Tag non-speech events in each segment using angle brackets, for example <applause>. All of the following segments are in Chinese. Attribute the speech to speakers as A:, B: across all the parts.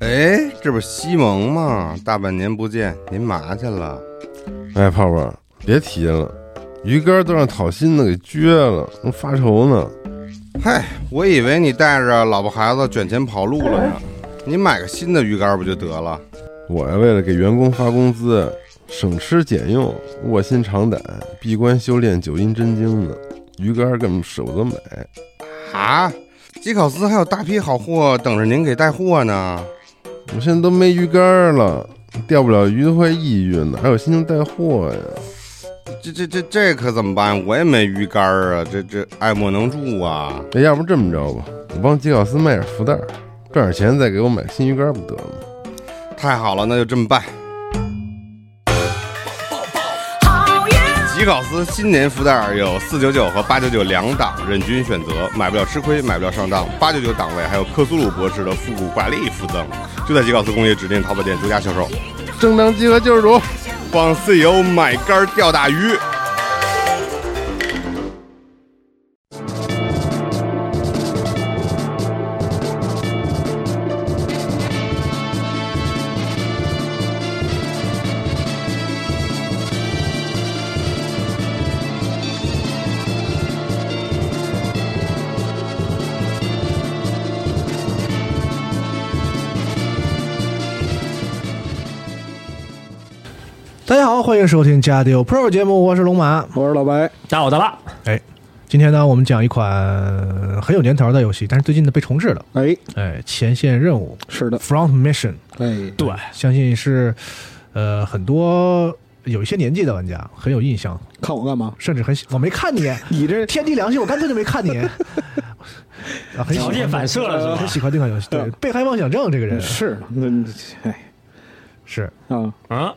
A: 哎这不是西蒙吗？大半年不见，您嘛去了？
B: 哎，泡泡，别提了，鱼竿都让讨薪的给撅了，正发愁呢。
A: 嗨，我以为你带着老婆孩子卷钱跑路了呢。你买个新的鱼竿不就得了？
B: 我呀，为了给员工发工资，省吃俭用，卧薪尝胆，闭关修炼九阴真经呢。鱼竿根本舍不得买。
A: 啊，吉考斯还有大批好货等着您给带货呢。
B: 我现在都没鱼竿了，钓不了鱼都快抑郁了，哪有心情带货呀？
A: 这这这这可怎么办？我也没鱼竿啊，这这爱莫能助啊。
B: 哎，要不这么着吧，我帮吉考斯卖点福袋，赚点钱再给我买新鱼竿不得了吗？
A: 太好了，那就这么办。
C: 好运
A: 吉考斯新年福袋有四九九和八九九两档，任君选择，买不了吃亏，买不了上当。八九九档位还有克苏鲁博士的复古挂历附赠，就在吉考斯工业指定淘宝店独家销售。
B: 正当集合救世主。
A: 帮 CEO 买竿钓大鱼。
D: 大家好，欢迎收听《加丢 Pro》节目，我是龙马。
E: 我是老白，
F: 大我的了，
D: 今天呢，我们讲一款很有年头的游戏，但是最近呢被重置了。
E: 哎，
D: 哎，前线任务
E: 是的，
D: （Front Mission），
E: 哎，
F: 对，
D: 相信是呃很多有一些年纪的玩家很有印象，
E: 看我干嘛？
D: 甚至很喜我没看你，
E: 你这
D: 天地良心，我干脆就没看你。啊，很喜
F: <laughs> 条
D: 欢
F: 件反射了
D: 很
F: 是
D: 喜欢这款游戏，对，被害妄想症这个人
E: 是那哎
D: 是
E: 啊
F: 吧？啊，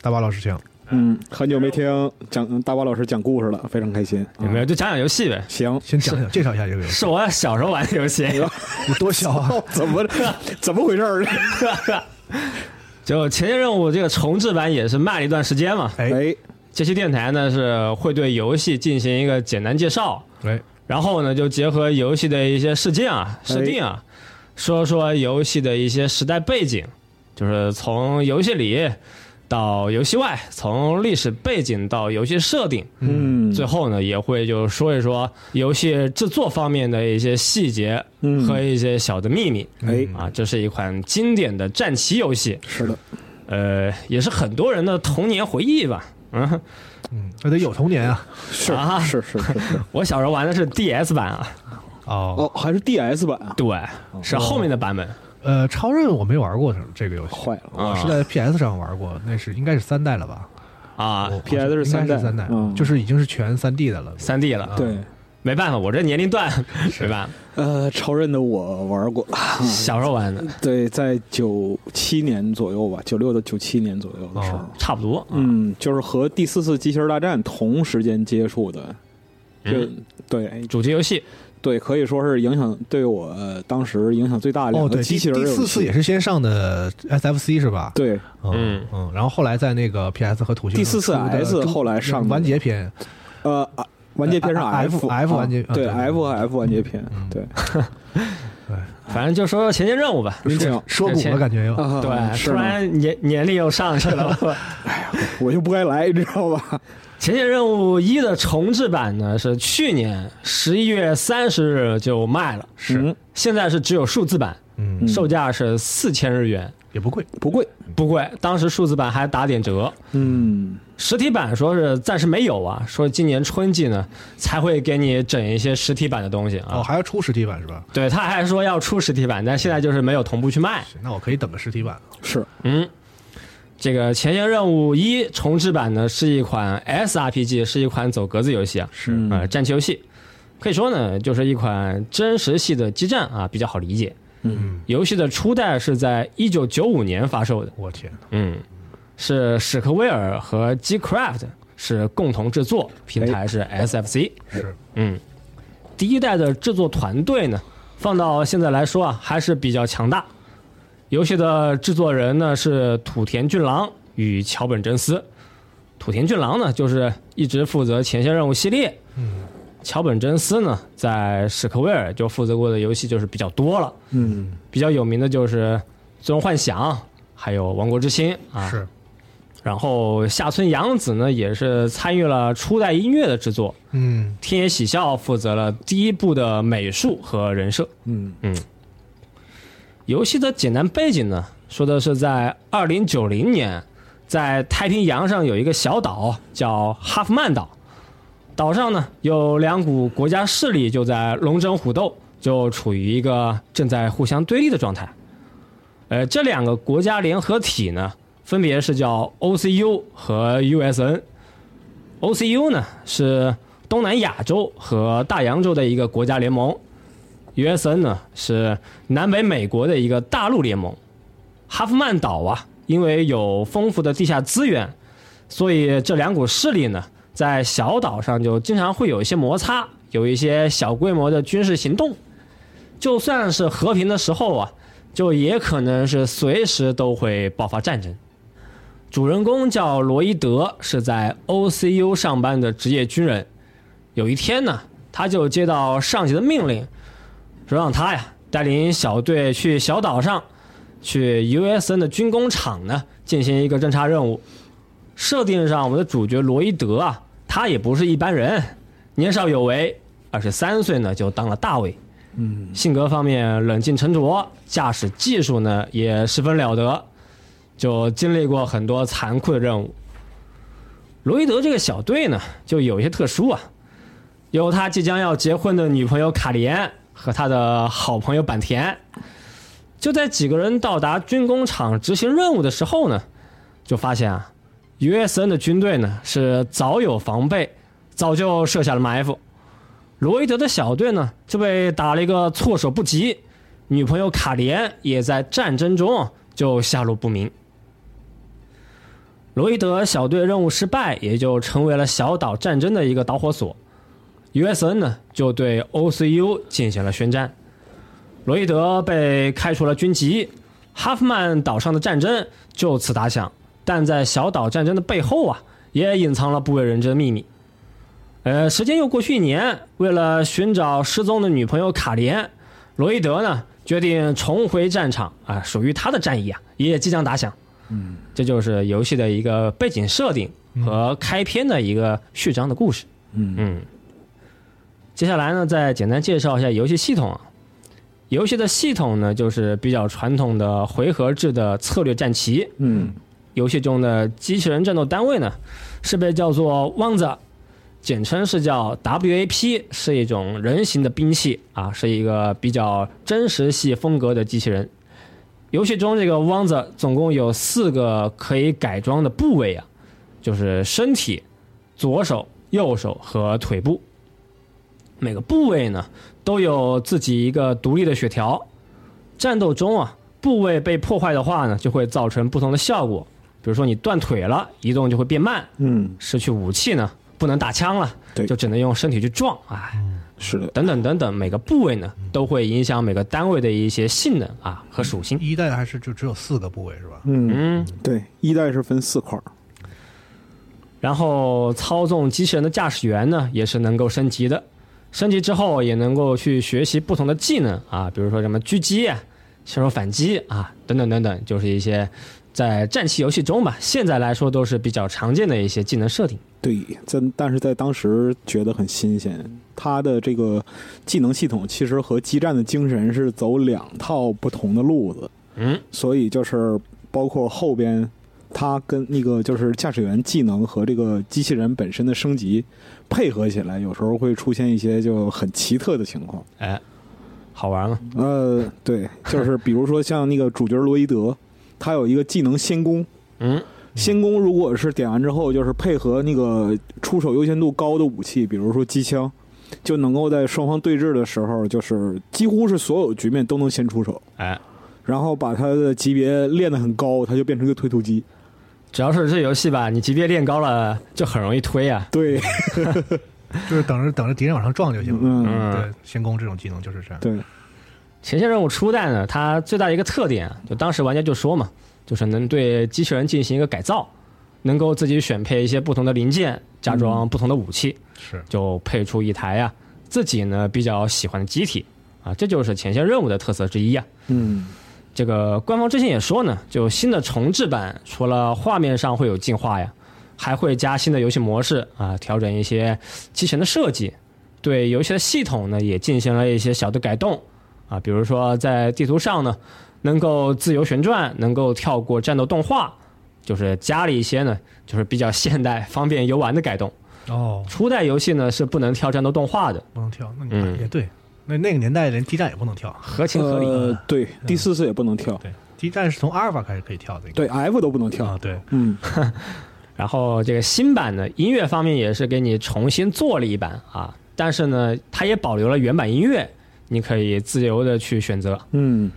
D: 大巴老师请。
E: 嗯，很久没听讲大宝老师讲故事了，非常开心。啊
F: 有没有？就讲讲游戏呗。
E: 行，
D: 先讲讲介绍一下这个游
F: <laughs>
D: 戏，
F: 是我小时候玩的游 <laughs> 戏，
D: 你多小啊！
E: 怎 <laughs> 么怎么回事儿？
F: 就《前线任务》这个重置版也是卖了一段时间嘛。
D: 哎
E: 哎，
F: 这期电台呢是会对游戏进行一个简单介绍，
D: <laughs> 哎，
F: 然后呢就结合游戏的一些事件啊、设定啊，说说游戏的一些时代背景，就是从游戏里到游戏外，从历史背景到游戏设定，
E: 嗯，
F: 最后呢，也会就说一说游戏制作方面的一些细节
E: 嗯
F: 和一些小的秘密。
E: 哎
F: 啊，这是一款经典的战棋游戏，
E: 是的，
F: 呃，也是很多人的童年回忆吧。嗯，
D: 嗯，那得有童年啊！
E: 是
F: 啊
E: 是是是 <laughs> 是，
F: 我小时候玩的是 DS 版啊，
D: 哦，
E: 哦，还是 DS 版啊，
F: 对，是后面的版本。
D: 呃，超任我没玩过这个游戏，
E: 坏了，
D: 我是在 PS 上玩过，那是应该是三代了吧？
F: 啊
D: 我
E: PS
D: 我
E: 是
D: 应该
E: 三代
D: 是三代，
E: 嗯
D: 就是已经是全三 D 的了。
F: 三 D 了，
E: 对。
F: 没办法，我这年龄段没办法，
E: 呃，超任的我玩过，
F: 小时候玩的，
E: 对，在九七年左右吧，九六到九七年左右的时候，
D: 哦
F: 差不多。
E: 嗯，就是和第四次机器人大战同时间接触的，
F: 嗯
E: 就、对
F: 主机游戏
E: 对，可以说是影响对我、呃当时影响最大的两
D: 哦，
E: 个
D: 对，
E: 机
D: 第
E: 器人
D: 第
E: 游戏。
D: 四次也是先上的 SFC 是吧？
E: 对，
D: 嗯
F: 嗯
D: 嗯，然后后来在那个 PS 和土星
E: 第四次啊
D: 出的
E: S
D: 中
E: 后来上的
D: 完结篇，
E: 呃，啊完结篇上
D: 呃啊
E: F
D: F- F
E: 啊
D: 完结啊
E: 对
D: 对
E: F 和 F 完结篇，
F: 嗯
E: 对，
F: 反正就说说前线任务吧。
E: 您请
D: 说骨了感觉又。
E: 啊，
F: 对，
E: 是
F: 突
E: 吗
F: 然年年龄又上去了。
E: 我就不该来，你知道吧？
F: 《前线任务一》的重置版呢，是去年十一月三十日就卖了，
E: 嗯
F: 现在是只有数字版，
D: 嗯，
F: 售价是四千日元，
D: 也不贵，
E: 不贵，
F: 不贵。当时数字版还打点折，
E: 嗯，
F: 实体版说是暂时没有啊，说今年春季呢才会给你整一些实体版的东西
D: 哦，
F: 啊。
D: 还要出实体版是吧？
F: 对，他还说要出实体版，但现在就是没有同步去卖。
D: 行那我可以等个实体版。
E: 是
F: 嗯，这个《前线任务一》重置版呢，是一款 SRPG，是一款走格子游戏啊，是啊、呃战棋游戏。可以说呢，就是一款真实系的激战啊，比较好理解。
E: 嗯，
F: 游戏的初代是在一九九五年发售的，
D: 我天哪，
F: 嗯，是史克威尔和 Gcraft 是共同制作，平台是 SFC。
D: 是
F: 嗯，第一代的制作团队呢，放到现在来说啊，还是比较强大。游戏的制作人呢是土田俊郎与桥本真司。土田俊郎呢，就是一直负责前线任务系列。嗯，桥本真司呢，在史克威尔就负责过的游戏就是比较多了。
E: 嗯
F: 比较有名的就是《最终幻想》，还有《王国之心》啊。
D: 是
F: 然后下村洋子呢，也是参与了初代音乐的制作，
D: 嗯
F: 天野喜孝负责了第一部的美术和人设。
E: 嗯
F: 游戏的简单背景呢，说的是在二零九零年，在太平洋上有一个小岛叫哈夫曼岛，岛上呢有两股国家势力就在龙争虎斗，就处于一个正在互相对立的状态。呃，这两个国家联合体呢，分别是叫 OCU 和 USN。OCU 呢是东南亚洲和大洋洲的一个国家联盟，USN 呢是南北美国的一个大陆联盟。哈夫曼岛啊，因为有丰富的地下资源，所以这两股势力呢，在小岛上就经常会有一些摩擦，有一些小规模的军事行动。就算是和平的时候啊，就也可能是随时都会爆发战争。主人公叫罗伊德，是在 OCU 上班的职业军人。有一天呢，他就接到上级的命令，说让他呀带领小队去小岛上，去 USN 的军工厂呢进行一个侦察任务。设定上，我们的主角罗伊德啊，他也不是一般人，年少有为，二十三岁呢就当了大尉。嗯，性格方面冷静沉着，驾驶技术呢也十分了得，就经历过很多残酷的任务。罗伊德这个小队呢，就有一些特殊啊，有他即将要结婚的女朋友卡莲和他的好朋友坂田。就在几个人到达军工厂执行任务的时候呢，就发现啊，USN 的军队呢是早有防备，早就设下了埋伏。罗伊德的小队呢就被打了一个措手不及，女朋友卡莲也在战争中就下落不明。罗伊德小队任务失败，也就成为了小岛战争的一个导火索。USN 呢就对 OCU 进行了宣战，罗伊德被开除了军籍，哈夫曼岛上的战争就此打响。但在小岛战争的背后啊，也隐藏了不为人知的秘密。呃，时间又过去一年，为了寻找失踪的女朋友卡莲，罗伊德呢决定重回战场啊，属于他的战役啊也即将打响。嗯，这就是游戏的一个背景设定和开篇的一个序章的故事。
E: 嗯
F: 嗯，接下来呢，再简单介绍一下游戏系统啊。游戏的系统呢，就是比较传统的回合制的策略战棋。
E: 嗯
F: 游戏中的机器人战斗单位呢，是被叫做汪子，简称是叫 WAP，是一种人形的兵器啊，是一个比较真实系风格的机器人。游戏中这个汪子总共有四个可以改装的部位啊，就是身体、左手、右手和腿部。每个部位呢都有自己一个独立的血条。战斗中啊，部位被破坏的话呢，就会造成不同的效果。比如说你断腿了，移动就会变慢；
E: 嗯，
F: 失去武器呢，不能打枪了，
E: 对
F: 就只能用身体去撞啊，
E: 是的，
F: 等等等等。每个部位呢，都会影响每个单位的一些性能啊和属性。
D: 一代还是就只有四个部位是吧？
E: 嗯，
F: 嗯，
E: 对，一代是分四块儿，
F: 然后操纵机器人的驾驶员呢，也是能够升级的。升级之后也能够去学习不同的技能啊，比如说什么狙击、啊、射手反击啊，等等等等，就是一些在战棋游戏中吧，现在来说都是比较常见的一些技能设定。
E: 对，但但是在当时觉得很新鲜。它的这个技能系统其实和激战的精神是走两套不同的路子，
F: 嗯，
E: 所以就是包括后边它跟那个就是驾驶员技能和这个机器人本身的升级配合起来，有时候会出现一些就很奇特的情况。
F: 哎，好玩吗？
E: 呃，对，就是比如说像那个主角罗伊德，他有一个技能仙宫，
F: 嗯，
E: 仙宫如果是点完之后，就是配合那个出手优先度高的武器，比如说机枪，就能够在双方对峙的时候，就是几乎是所有局面都能先出手，
F: 哎，
E: 然后把他的级别练得很高，他就变成一个推土机。
F: 只要是这游戏吧，你级别练高了就很容易推啊。 <laughs>
E: 对，
D: 就是等着等着敌人往上撞就行了。
E: 嗯，
F: 嗯，
D: 对，仙宫这种技能就是这样。
E: 对，
F: 前线任务初代呢，它最大的一个特点啊，就当时玩家就说嘛，就是能对机器人进行一个改造，能够自己选配一些不同的零件，加装不同的武器，
D: 是
F: 就配出一台啊 <laughs> 自己呢比较喜欢的机体啊，这就是前线任务的特色之一啊。
E: 嗯
F: 这个官方之前也说呢，就新的重置版除了画面上会有进化呀，还会加新的游戏模式啊，调整一些机型的设计，对游戏的系统呢也进行了一些小的改动啊，比如说在地图上呢能够自由旋转，能够跳过战斗动画，就是加了一些呢就是比较现代方便游玩的改动。
D: 哦，
F: 初代游戏呢是不能跳战斗动画的，
D: 不能跳，那
F: 嗯
D: 你也对，那那个年代连 T 站也不能跳，
F: 合情合理。啊嗯
E: 呃，对，第四次也不能跳，
D: 对，T 站是从阿尔法开始可以跳的，
E: 对 F 都不能跳
D: 啊，，对，
E: 嗯，
F: 然后这个新版呢，音乐方面也是给你重新做了一版啊，但是呢，它也保留了原版音乐，你可以自由的去选择。
E: 嗯，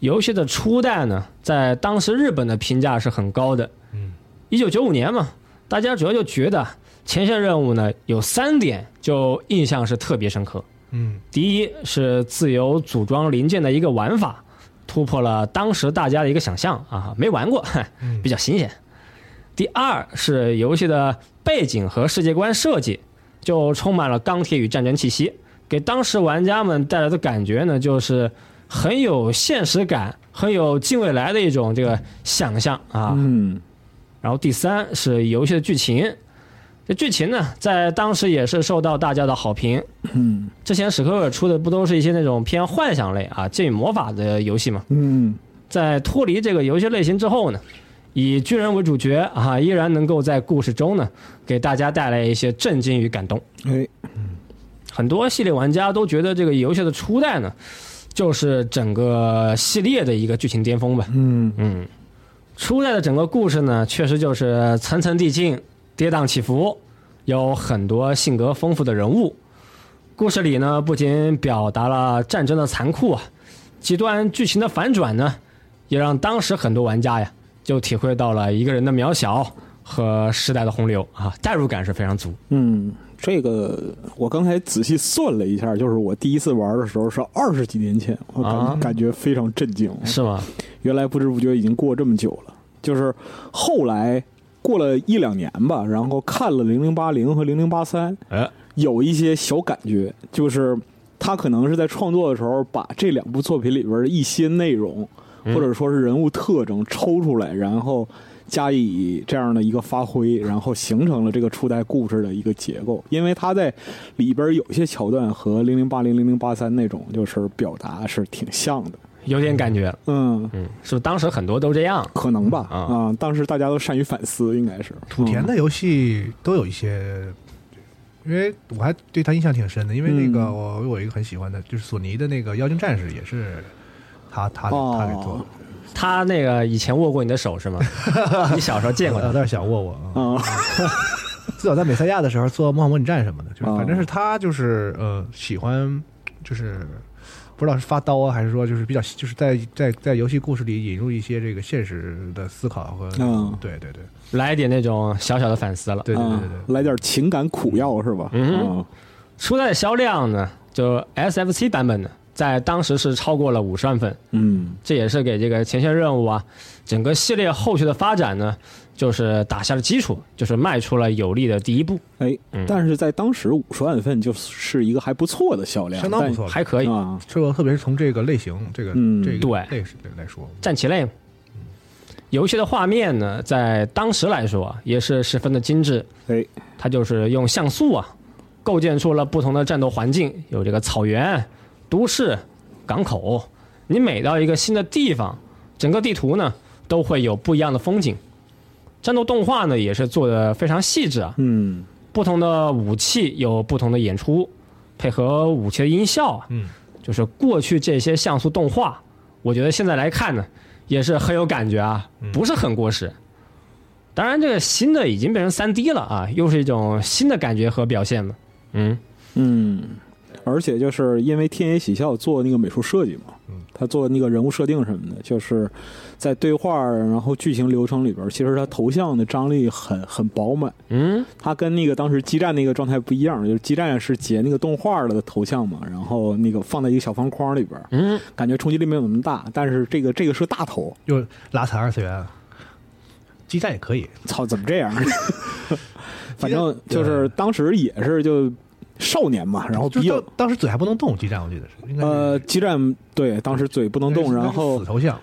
F: 游戏的初代呢，在当时日本的评价是很高的。
D: 嗯，
F: 一九九五年嘛，大家主要就觉得前线任务呢有三点就印象是特别深刻。
D: 嗯，
F: 第一是自由组装零件的一个玩法，突破了当时大家的一个想象啊，没玩过， <laughs> 比较新鲜。第二是游戏的背景和世界观设计，就充满了钢铁与战争气息，给当时玩家们带来的感觉呢，就是很有现实感，很有近未来的一种这个想象啊。
E: 嗯，
F: 然后第三是游戏的剧情，这剧情呢，在当时也是受到大家的好评。
E: 嗯，
F: 之前史克威尔出的不都是一些那种偏幻想类啊、剑与魔法的游戏吗？
E: 嗯，
F: 在脱离这个游戏类型之后呢，以军人为主角啊，依然能够在故事中呢给大家带来一些震惊与感动。
E: 哎，
F: 很多系列玩家都觉得这个游戏的初代呢，就是整个系列的一个剧情巅峰吧。
E: 嗯，
F: 嗯，初代的整个故事呢，确实就是层层递进、跌宕起伏，有很多性格丰富的人物。故事里呢，不仅表达了战争的残酷啊，极端剧情的反转呢，也让当时很多玩家呀，就体会到了一个人的渺小和时代的洪流啊，代入感是非常足。
E: 嗯，这个我刚才仔细算了一下，就是我第一次玩的时候是二十几年前，我感、
F: 啊
E: 感觉非常震惊，
F: 是吗？
E: 原来不知不觉已经过这么久了。就是后来过了一两年吧，然后看了零零八零和零零八三，
F: 哎，
E: 有一些小感觉，就是他可能是在创作的时候把这两部作品里边的一些内容，
D: 嗯
E: 或者说是人物特征抽出来，然后加以这样的一个发挥，然后形成了这个初代故事的一个结构。因为他在里边有些桥段和零零八零零零八三那种就是表达是挺像的，
F: 有点感觉，
E: 嗯，
F: 嗯，是不是当时很多都这样？
E: 可能吧，
F: 啊
E: 啊、当时大家都善于反思，应该是
D: 嗯土田的游戏都有一些，因为我还对他印象挺深的，因为那个
E: 嗯
D: 我我有一个很喜欢的，就是索尼的那个《妖精战士》也是他他
E: 哦
D: 他给做的，
F: 他那个以前握过你的手是吗？ <laughs> 你小时候见过
D: 我
F: 他？
D: 倒是想握握啊。
E: 嗯，啊，
D: <laughs> 最早在美赛亚的时候做《梦幻模拟战》什么的，就是
E: 哦
D: 反正是他就是呃喜欢就是不知道是发刀啊，还是说就是比较就是在在在游戏故事里引入一些这个现实的思考和、
E: 嗯
D: 对对对
F: 来一点那种小小的反思了。
D: 对对对对
E: 啊来点情感苦药是吧？
F: 嗯
E: 啊
F: 初代的销量呢，就 SFC 版本呢，在当时是超过了五十万份，
E: 嗯
F: 这也是给这个前线任务啊，整个系列后续的发展呢，就是打下了基础，就是迈出了有力的第一步，
E: 哎
F: 嗯，
E: 但是在当时五十万份就是一个还不错的销
D: 对，
E: 量，
D: 相当不错了。
F: 还可以
E: 但。啊。
D: 这个特别是从这个类型这个、
E: 嗯
D: 这个
F: 对
D: 类型来说，
F: 站起来。游戏的画面呢，在当时来说啊也是十分的精致，
E: 哎，
F: 它就是用像素啊，构建出了不同的战斗环境，有这个草原、都市、港口。你每到一个新的地方，整个地图呢都会有不一样的风景。战斗动画呢也是做的非常细致啊，
E: 嗯
F: 不同的武器有不同的演出，配合武器的音效啊，
D: 嗯，
F: 就是过去这些像素动画，我觉得现在来看呢，也是很有感觉啊，不是很过时。当然，这个新的已经变成三 D 了啊，又是一种新的感觉和表现嘛。嗯，
E: 嗯，而且就是因为天野喜孝做那个美术设计嘛，
F: 嗯
E: 他做那个人物设定什么的，就是在对话然后剧情流程里边，其实他头像的张力很很饱满。
F: 嗯，
E: 他跟那个当时基站那个状态不一样，就是基站是截那个动画的头像嘛，然后那个放在一个小方框里边，
F: 嗯，
E: 感觉冲击力没有那么大，但是这个这个是大头，
D: 又拉踩二次元啊，基站也可以， <laughs>
E: 操，怎么这样？反正就是当时也是就少年嘛，然后
D: 就
E: 比较
D: 当当时嘴还不能动，激战我记得是应该是
E: 呃，激战对当时嘴不能动，
D: 应该是
E: 然后
D: 死头像，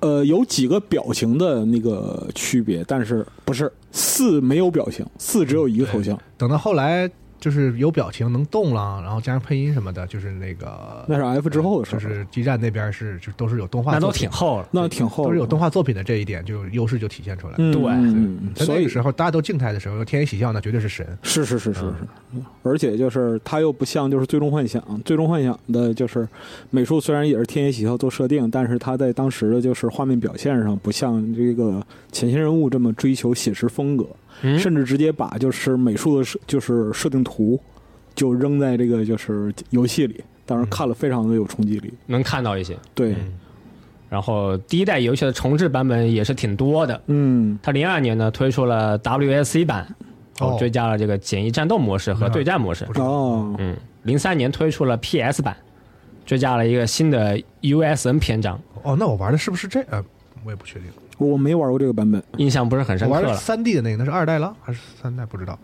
E: 呃有几个表情的那个区别，但是不是四没有表情，四只有一个头像，
D: 等到后来就是有表情能动了，然后加上配音什么的，就是那个
E: 那是 F 之后的事
D: 就
E: 儿，
D: 是基站那边是就都是有动画
F: 那
D: 作
F: 都
D: 品
F: 挺
D: 的，
F: 厚了。
E: 那挺厚
D: 都
E: 的，
D: 是有动画作品的这一点就优势就体现出来了。
E: 嗯，
F: 对
E: 嗯嗯嗯
D: 在
E: 所
D: 那
E: 以
D: 个时候大家都静态的时候，天喜笑那绝对是神。
E: 是是是是是，而且就是它又不像就是《最终幻想》，《最终幻想》的就是美术虽然也是天野喜孝做设定，但是它在当时的就是画面表现上不像这个前些人物这么追求写实风格，
F: 嗯
E: 甚至直接把就是美术的设就是设定图就扔在这个就是游戏里，当时看了非常的有冲击力。
F: 能看到一些。
E: 对，
F: 然后第一代游戏的重置版本也是挺多的。
E: 嗯，
F: 它零二年呢推出了 WSC 版，
D: 哦
F: 追加了这个简易战斗模式和对战模式
D: 不。是
E: 哦，
F: 嗯，零三年推出了 PS 版，追加了一个新的 USN 篇章，
D: 哦，那我玩的是不是这？呃，我也不确定。
E: 我没玩过这个版本，
F: 印象不是很
D: 我
F: 深刻
D: 玩的
F: 了
D: 三 D 的那个，那是二代了还是三代？不知道。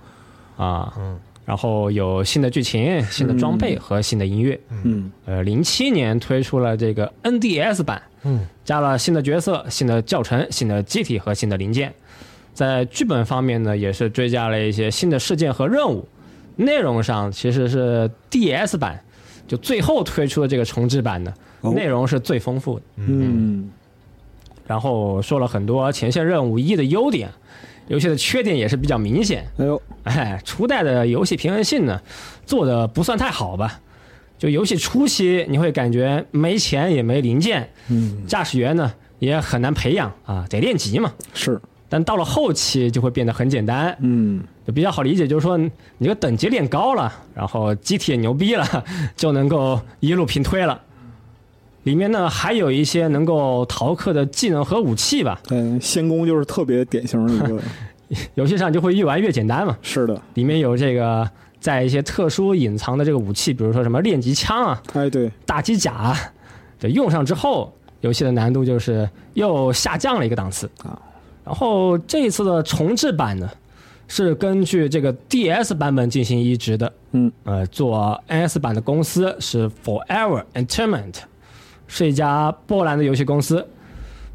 F: 啊。
D: 嗯
F: 然后有新的剧情、新的装备和新的音乐。
E: 嗯，
F: 呃，零七年推出了这个 NDS 版，
D: 嗯，
F: 加了新的角色、新的教程、新的机体和新的零件。在剧本方面呢，也是追加了一些新的事件和任务。内容上其实是 DS 版，就最后推出的这个重置版呢，
E: 哦
F: 内容是最丰富的。
E: 嗯，
F: 然后说了很多啊前线任务一的优点，游戏的缺点也是比较明显。
E: 哎呦，
F: 哎，初代的游戏平衡性呢，做的不算太好吧？就游戏初期，你会感觉没钱也没零件，
E: 嗯，
F: 驾驶员呢也很难培养啊，得练级嘛。
E: 是，
F: 但到了后期就会变得很简单，
E: 嗯，
F: 就比较好理解，就是说你这个等级练高了，然后机体也牛逼了，就能够一路平推了。里面呢还有一些能够逃课的技能和武器吧，
E: 嗯，仙宫就是特别典型的一个，
F: 游戏上就会越玩越简单嘛。
E: 是的，
F: 里面有这个在一些特殊隐藏的这个武器，比如说什么练级枪啊、
E: 哎，对，
F: 大机甲啊，对，用上之后，游戏的难度就是又下降了一个档次
E: 啊。
F: 然后这一次的重置版呢，是根据这个 DS 版本进行移植的。
E: 嗯，
F: 呃，做 NS 版的公司是 Forever Entertainment，是一家波兰的游戏公司。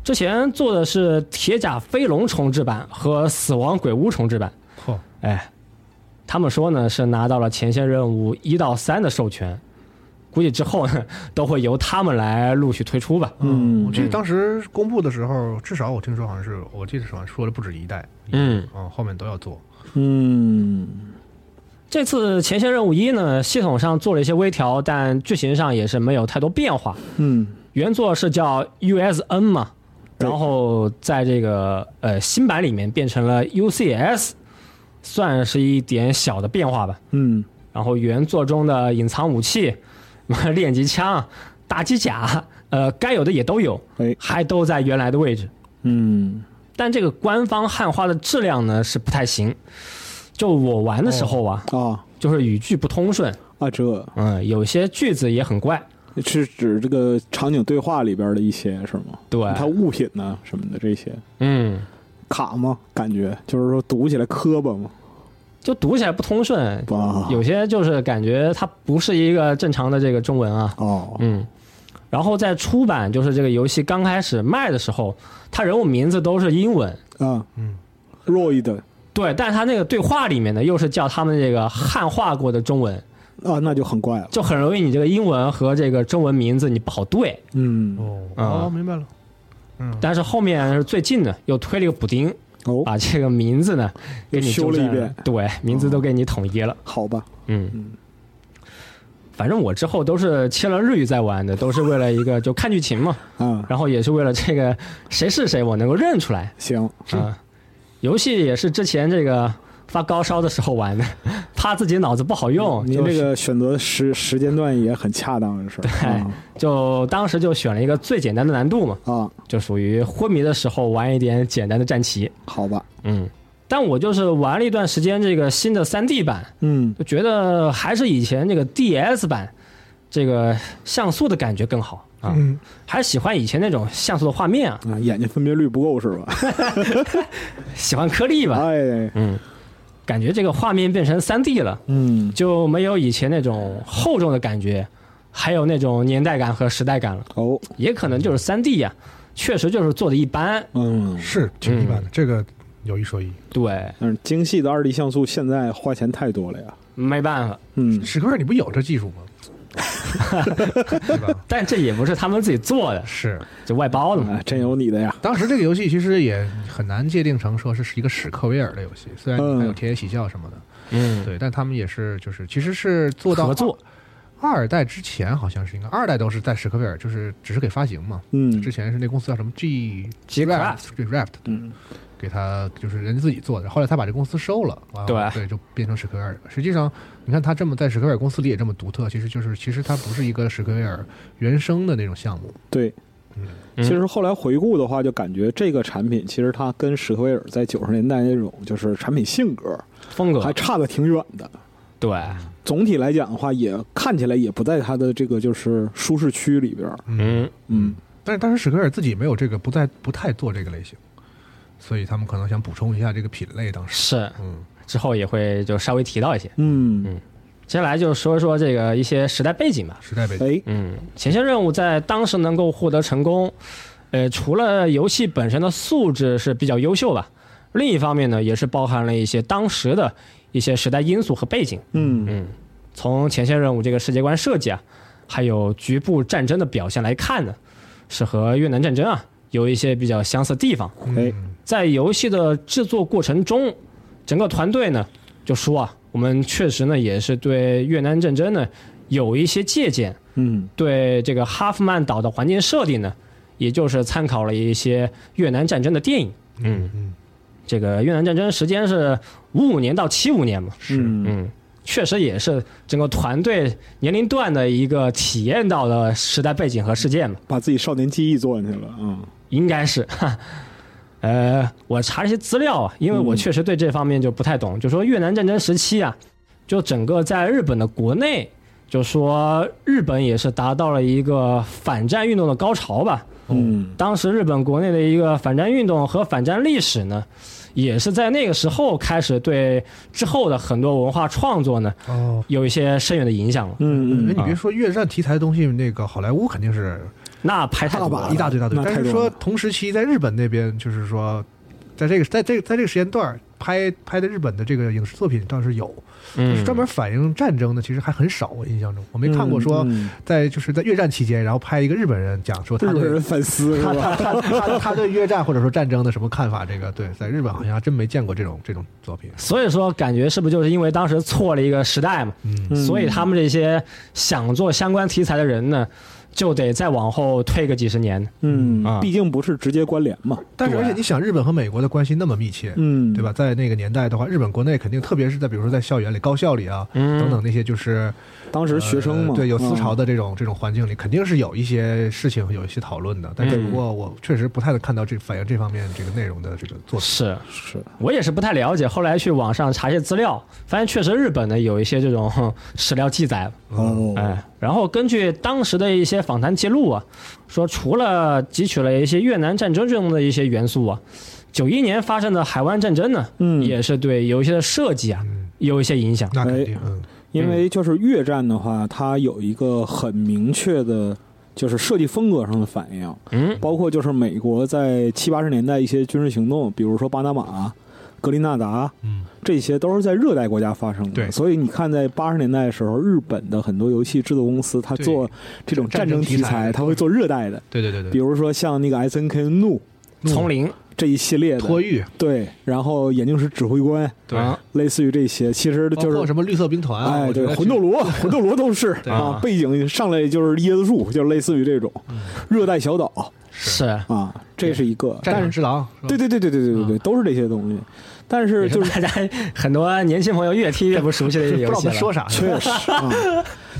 F: 之前做的是《铁甲飞龙》重置版和《死亡鬼屋》重置版。
D: 嚯，
F: 哎，他们说呢是拿到了前线任务一到三的授权，估计之后呢都会由他们来陆续推出吧。
E: 嗯
D: 我记得当时公布的时候，至少我听说好像是，我记得好像说了不止一代。
F: 嗯
D: 嗯，后面都要做。
E: 嗯，
F: 这次前线任务一呢，系统上做了一些微调，但剧情上也是没有太多变化。
E: 嗯，
F: 原作是叫 USN 嘛，
E: 对
F: 然后在这个呃新版里面变成了 UCS，算是一点小的变化吧。
E: 嗯，
F: 然后原作中的隐藏武器、 <laughs> 练级枪、大机甲，呃，该有的也都有，
E: 哎，
F: 还都在原来的位置。
E: 嗯，
F: 但这个官方汉化的质量呢是不太行。就我玩的时候啊，
E: 啊
F: 就是语句不通顺，
E: 啊，这
F: 嗯，有些句子也很怪。
E: 是指这个场景对话里边的一些是吗？
F: 对，
E: 它物品呢什么的这些
F: 嗯，
E: 卡吗？感觉就是说读起来磕巴吗？
F: 就读起来不通顺，
E: 哇，
F: 有些就是感觉它不是一个正常的这个中文啊。
E: 哦，
F: 嗯，然后在出版就是这个游戏刚开始卖的时候，它人物名字都是英文，
E: 啊，
D: 嗯
E: ，Roid
F: 对，但是他那个对话里面呢，又是叫他们这个汉化过的中文，
E: 啊，那就很怪了，
F: 就很容易你这个英文和这个中文名字你不好对。
E: 嗯，
D: 哦，
F: 啊
D: 哦，明白了。嗯，
F: 但是后面是最近呢，又推了一个补丁，
E: 哦，
F: 把这个名字呢给你
E: 修了
F: 纠正
E: 一遍
F: 对，名字都给你统一了。
E: 好吧，
F: 嗯，反正我之后都是切了日语在玩的，都是为了一个就看
E: <laughs>
F: 剧情嘛，
E: 啊，
F: 然后也是为了这个谁是谁我能够认出来
E: 行，
F: 啊、游戏也是之前这个发高烧的时候玩的， <laughs> 怕自己脑子不好用，
E: 您
F: 就是
E: 这个选择时时间段也很恰当的事
F: 哎
E: 儿，，
F: 就当时就选了一个最简单的难度嘛，
E: 啊啊，
F: 就属于昏迷的时候玩一点简单的战棋。
E: 好吧，
F: 嗯，但我就是玩了一段时间这个新的 3D 版，
E: 嗯，
F: 就觉得还是以前这个 DS 版这个像素的感觉更好啊，
D: 嗯
F: 还是喜欢以前那种像素的画面啊，
E: 啊，眼睛分辨率不够是吧？
F: 喜欢颗粒吧。
E: 哎，
F: 嗯，感觉这个画面变成三 D 了，
E: 嗯，
F: 就没有以前那种厚重的感觉，还有那种年代感和时代感了。
E: 哦，
F: 也可能就是三 D 呀、确实就是做的一般。
E: 嗯，
D: 是挺一般的，这个有一说一。
F: 对，
E: 但是精细的二 D 像素现在花钱太多了呀。
F: 没办法，
E: 嗯，
D: 史克威尔，你不有这技术吗？对吧？
F: 但这也不是他们自己做的，
D: 是，
F: 就外包的嘛。
E: 哎，真有你的呀。
D: 当时这个游戏其实也很难界定成说是是一个史克威尔的游戏，虽然
E: 嗯
D: 还有田野喜笑什么的，
F: 嗯，
D: 对，但他们也是就是其实是做到
F: 合作
D: 二代之前好像是应该二代都是在史克威尔，就是只是给发行嘛。
E: 嗯
D: 之前是那公司叫什么 G
F: G Craft
D: G Raft，
E: 嗯，
D: 给他就是人家自己做的，后来他把这公司收了，完了
F: 对
D: 对，就变成史克威尔了。实际上，你看他这么在史克威尔公司里也这么独特，其实就是其实他不是一个史克威尔原生的那种项目，
E: 对。其实后来回顾的话，就感觉这个产品其实它跟史克威尔在九十年代那种就是产品性格
F: 风格
E: 还差的挺远的。
F: 对，
E: 总体来讲的话，也看起来也不在它的这个就是舒适区里边儿。
F: 嗯，
E: 嗯，
D: 但是当时史克威尔自己没有这个，不再不太做这个类型，所以他们可能想补充一下这个品类。当时，
F: 是
D: 嗯，
F: 之后也会就稍微提到一些。
E: 嗯，
F: 接下来就说一说这个一些时代背景吧。
D: 时代背景，
E: 哎，
F: 嗯，前线任务在当时能够获得成功，呃，除了游戏本身的素质是比较优秀吧，另一方面呢，也是包含了一些当时的一些时代因素和背景。
E: 嗯
F: 嗯，从前线任务这个世界观设计啊，还有局部战争的表现来看呢，是和越南战争啊有一些比较相似的地方。
E: 哎
D: 嗯，
F: 在游戏的制作过程中，整个团队呢就说啊，我们确实呢也是对越南战争呢有一些借鉴，
E: 嗯
F: 对这个哈夫曼岛的环境设定呢，也就是参考了一些越南战争的电影。嗯
D: 嗯，
F: 这个越南战争时间是五五年到七五年嘛，
E: 嗯
F: 嗯，确实也是整个团队年龄段的一个体验到的时代背景和事件嘛，
E: 把自己少年记忆做进去了
D: 哦
E: 啊。
F: 应该是。 <laughs> 哈呃，我查了一些资料啊，因为我
E: 嗯
F: 确实对这方面就不太懂。就说越南战争时期啊，就整个在日本的国内，就说日本也是达到了一个反战运动的高潮吧。
E: 嗯
F: 当时日本国内的一个反战运动和反战历史呢，也是在那个时候开始对之后的很多文化创作呢
D: 哦。
F: 有一些深远的影响了。
E: 嗯
D: 哎，
E: 嗯，
D: 你别说越战题材的东西，那个好莱坞肯定是
F: 那拍太多
E: 大把
F: 了
D: 一大堆一大堆
E: 那，太
D: 但是
E: 多
D: 说
E: 了
D: 同时期在日本那边，就是说，在这个在这个在这个时间段儿拍拍的日本的这个影视作品倒是有，
F: 嗯
D: 就是专门反映战争的，其实还很少。我印象中，我没看过说
E: 嗯嗯
D: 在就是在越战期间，然后拍一个日本人讲说他
E: 日本
D: 对
E: 人反思是
D: 他
E: 吧？
D: 他他他他对越战或者说战争的什么看法，这个对，在日本好像还真没见过这种这种作品。
F: 所以说感觉是不是就是因为当时错了一个时代嘛，
D: 嗯，
E: 嗯
F: 所以他们这些想做相关题材的人呢，就得再往后退个几十年。
E: 嗯
F: 啊，
E: 毕竟不是直接关联嘛。
D: 但是而且你想，日本和美国的关系那么密切，
E: 哎嗯，
D: 对吧？？在那个年代的话，日本国内肯定，特别是在比如说在校园里、高校里啊、
F: 嗯
D: 等等那些就是
E: 当时学生嘛，嗯啊
D: 呃对有思潮的
E: 的，
D: 这种、这种环境里，肯定是有一些事情有一些讨论的。但是
F: 嗯
D: 不过我确实不太能看到这反映这方面这个内容的这个作品。
F: 是
E: 是
F: 我也是不太了解，后来去网上查一些资料，发现确实日本呢有一些这种哼史料记载，
D: 嗯
E: 哦，
F: 哎，然后根据当时的一些访谈记录啊，说除了汲取了一些越南战争中的一些元素啊，九一年发生的海湾战争呢，
E: 嗯
F: 也是对有一些的设计啊
D: 嗯，
F: 有一些影
E: 哎
F: 响。
D: 那肯定，嗯，
E: 因为就是越战的话，它有一个很明确的，就是设计风格上的反应，
F: 嗯
E: 包括就是美国在七八十年代一些军事行动，比如说巴拿马、格林纳达，
D: 嗯，
E: 这些都是在热带国家发生的。
D: 对
E: 所以你看，在八十年代的时候，日本的很多游戏制作公司，它
D: 对
E: 做这种
D: 战
E: 战
D: 争
E: 争
D: 题
E: 题
D: 材嗯
E: 材，它会做热带的，
D: 对对对
E: 比
D: 对，
E: 如说像那个 S N K 怒
F: 丛林
E: 这一系列
D: 托
E: 的，
D: 育，
E: 对，然后眼镜蛇指挥官，
D: 对，
F: 啊
E: 类似于这些，其实
D: 包
E: 就
D: 括
E: 是
D: 什么绿色兵团啊，
E: 哎，
D: 我觉
E: 对，
D: 得
E: 魂斗罗， <laughs> 魂斗罗都是
D: <laughs> 对
E: 啊，背景上来就是椰子树，就类似于这种
D: 嗯
E: 热带小岛
F: 是
E: 啊，这是一个。
D: 战
E: 但
D: 场啊
E: 是，
D: 之狼，是吧
E: 对对对对对对对对，都是这些东西。但
F: <laughs>
E: 是
F: 就
E: 就是是
F: 大家很多年轻朋友越听越不熟悉的
D: <laughs> 不知道
F: 游
D: 我
F: 戏
D: 们说
F: 了。
D: 啥，
E: 确 <laughs> 实啊，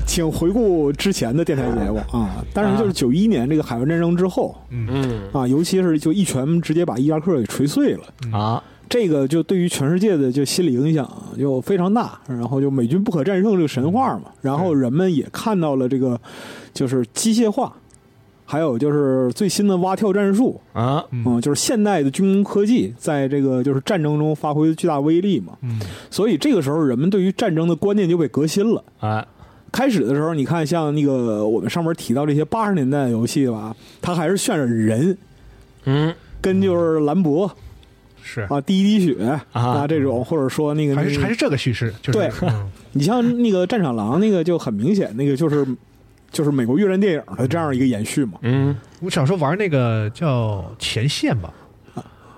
E: 请回顾之前的电台节目啊。但是就是九一年这个海湾战争之后
F: 嗯
E: 啊，尤其是就一拳直接把伊拉克给锤碎了。
F: 啊，
E: 这个就对于全世界的就心理影响就非常大，然后就美军不可战胜这个神话嘛，然后人们也看到了这个就是机械化还有就是最新的蛙跳战术，
F: 啊，
E: 嗯，就是现代的军工科技在这个就是战争中发挥巨大威力嘛，
D: 嗯，
E: 所以这个时候人们对于战争的观念就被革新了。
F: 哎，
E: 开始的时候，你看像那个我们上面提到这些八十年代的游戏吧，它还是渲染人，
F: 嗯，
E: 跟就是兰博
D: <laughs> 是，
E: 啊、第一滴血啊这种，或者说那个
D: 还是
E: 那个
D: 还是这个叙事，就是
E: 对
D: 嗯
E: 你像那个战场狼那个就很明显，那个就是就是美国越战电影的这样一个延续嘛。
F: 嗯，
D: 我小时候玩那个叫前线吧，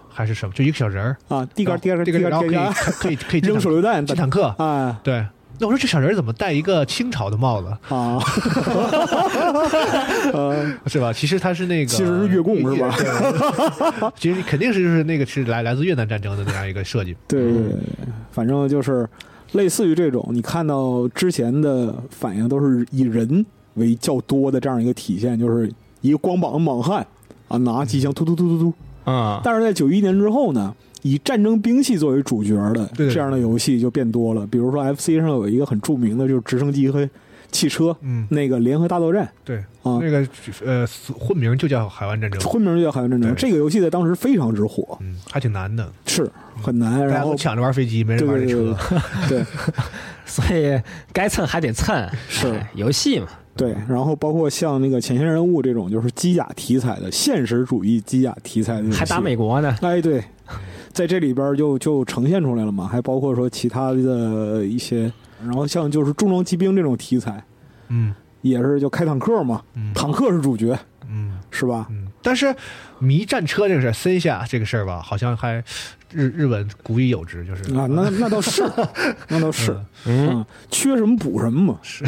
D: 还是什么，就一个小人儿，
E: 啊，地杆地杆
D: 这
E: 地
D: 个
E: 杆
D: 然后
E: 地
D: 可以
E: 杆，
D: 可以可以进
E: 扔手榴弹
D: 进坦克，
E: 啊
D: 对。那我说这小人儿怎么戴一个清朝的帽子，
E: 啊，呃，
D: 是吧？其实他是那个，
E: 其实是越共是吧？ <laughs>
D: 对？其实肯定是就是那个是来来自越南战争的那样一个设计，
E: 对对对
D: 嗯
E: 对，反正就是类似于这种，你看到之前的反应都是以人为较多的这样一个体现，就是一个光膀子莽汉啊，拿机枪突突突突突。
D: 嗯
F: 啊，
E: 但是在九一年之后呢，以战争兵器作为主角的
D: 对
E: 这样的游戏就变多了，比如说 FC 上有一个很著名的就是直升机和汽车
D: 嗯，
E: 那个联合大作战。
D: 对，
E: 啊
D: 那个呃混名就叫海湾战争，
E: 昆明就叫海湾战争，
D: 嗯对
E: 这个游戏在当时非常之火，
D: 嗯，还挺难的，
E: 是很难。
D: 大家
E: 然
D: 都
E: 后
D: 抢着玩飞机，没人玩这车，
E: 对
F: 所以该蹭还得蹭，
E: 是
F: 哎游戏嘛，
E: 对，然后包括像那个前线任务这种，就是机甲题材的现实主义机甲题材的游戏，
F: 还打美国呢，
E: 哎，对，在这里边儿就就呈现出来了嘛，还包括说其他的一些，然后像就是重装骑兵这种题材，
D: 嗯
E: 也是就开坦克嘛，
D: 嗯
E: 坦克是主角
D: 嗯。
E: 是吧？
D: 嗯，但是迷战车这个事儿，森下这个事儿吧，好像还日日本古已有之，就是
E: 啊，那那倒是，那倒是，
F: 嗯，
E: 嗯，缺什么补什么嘛，是，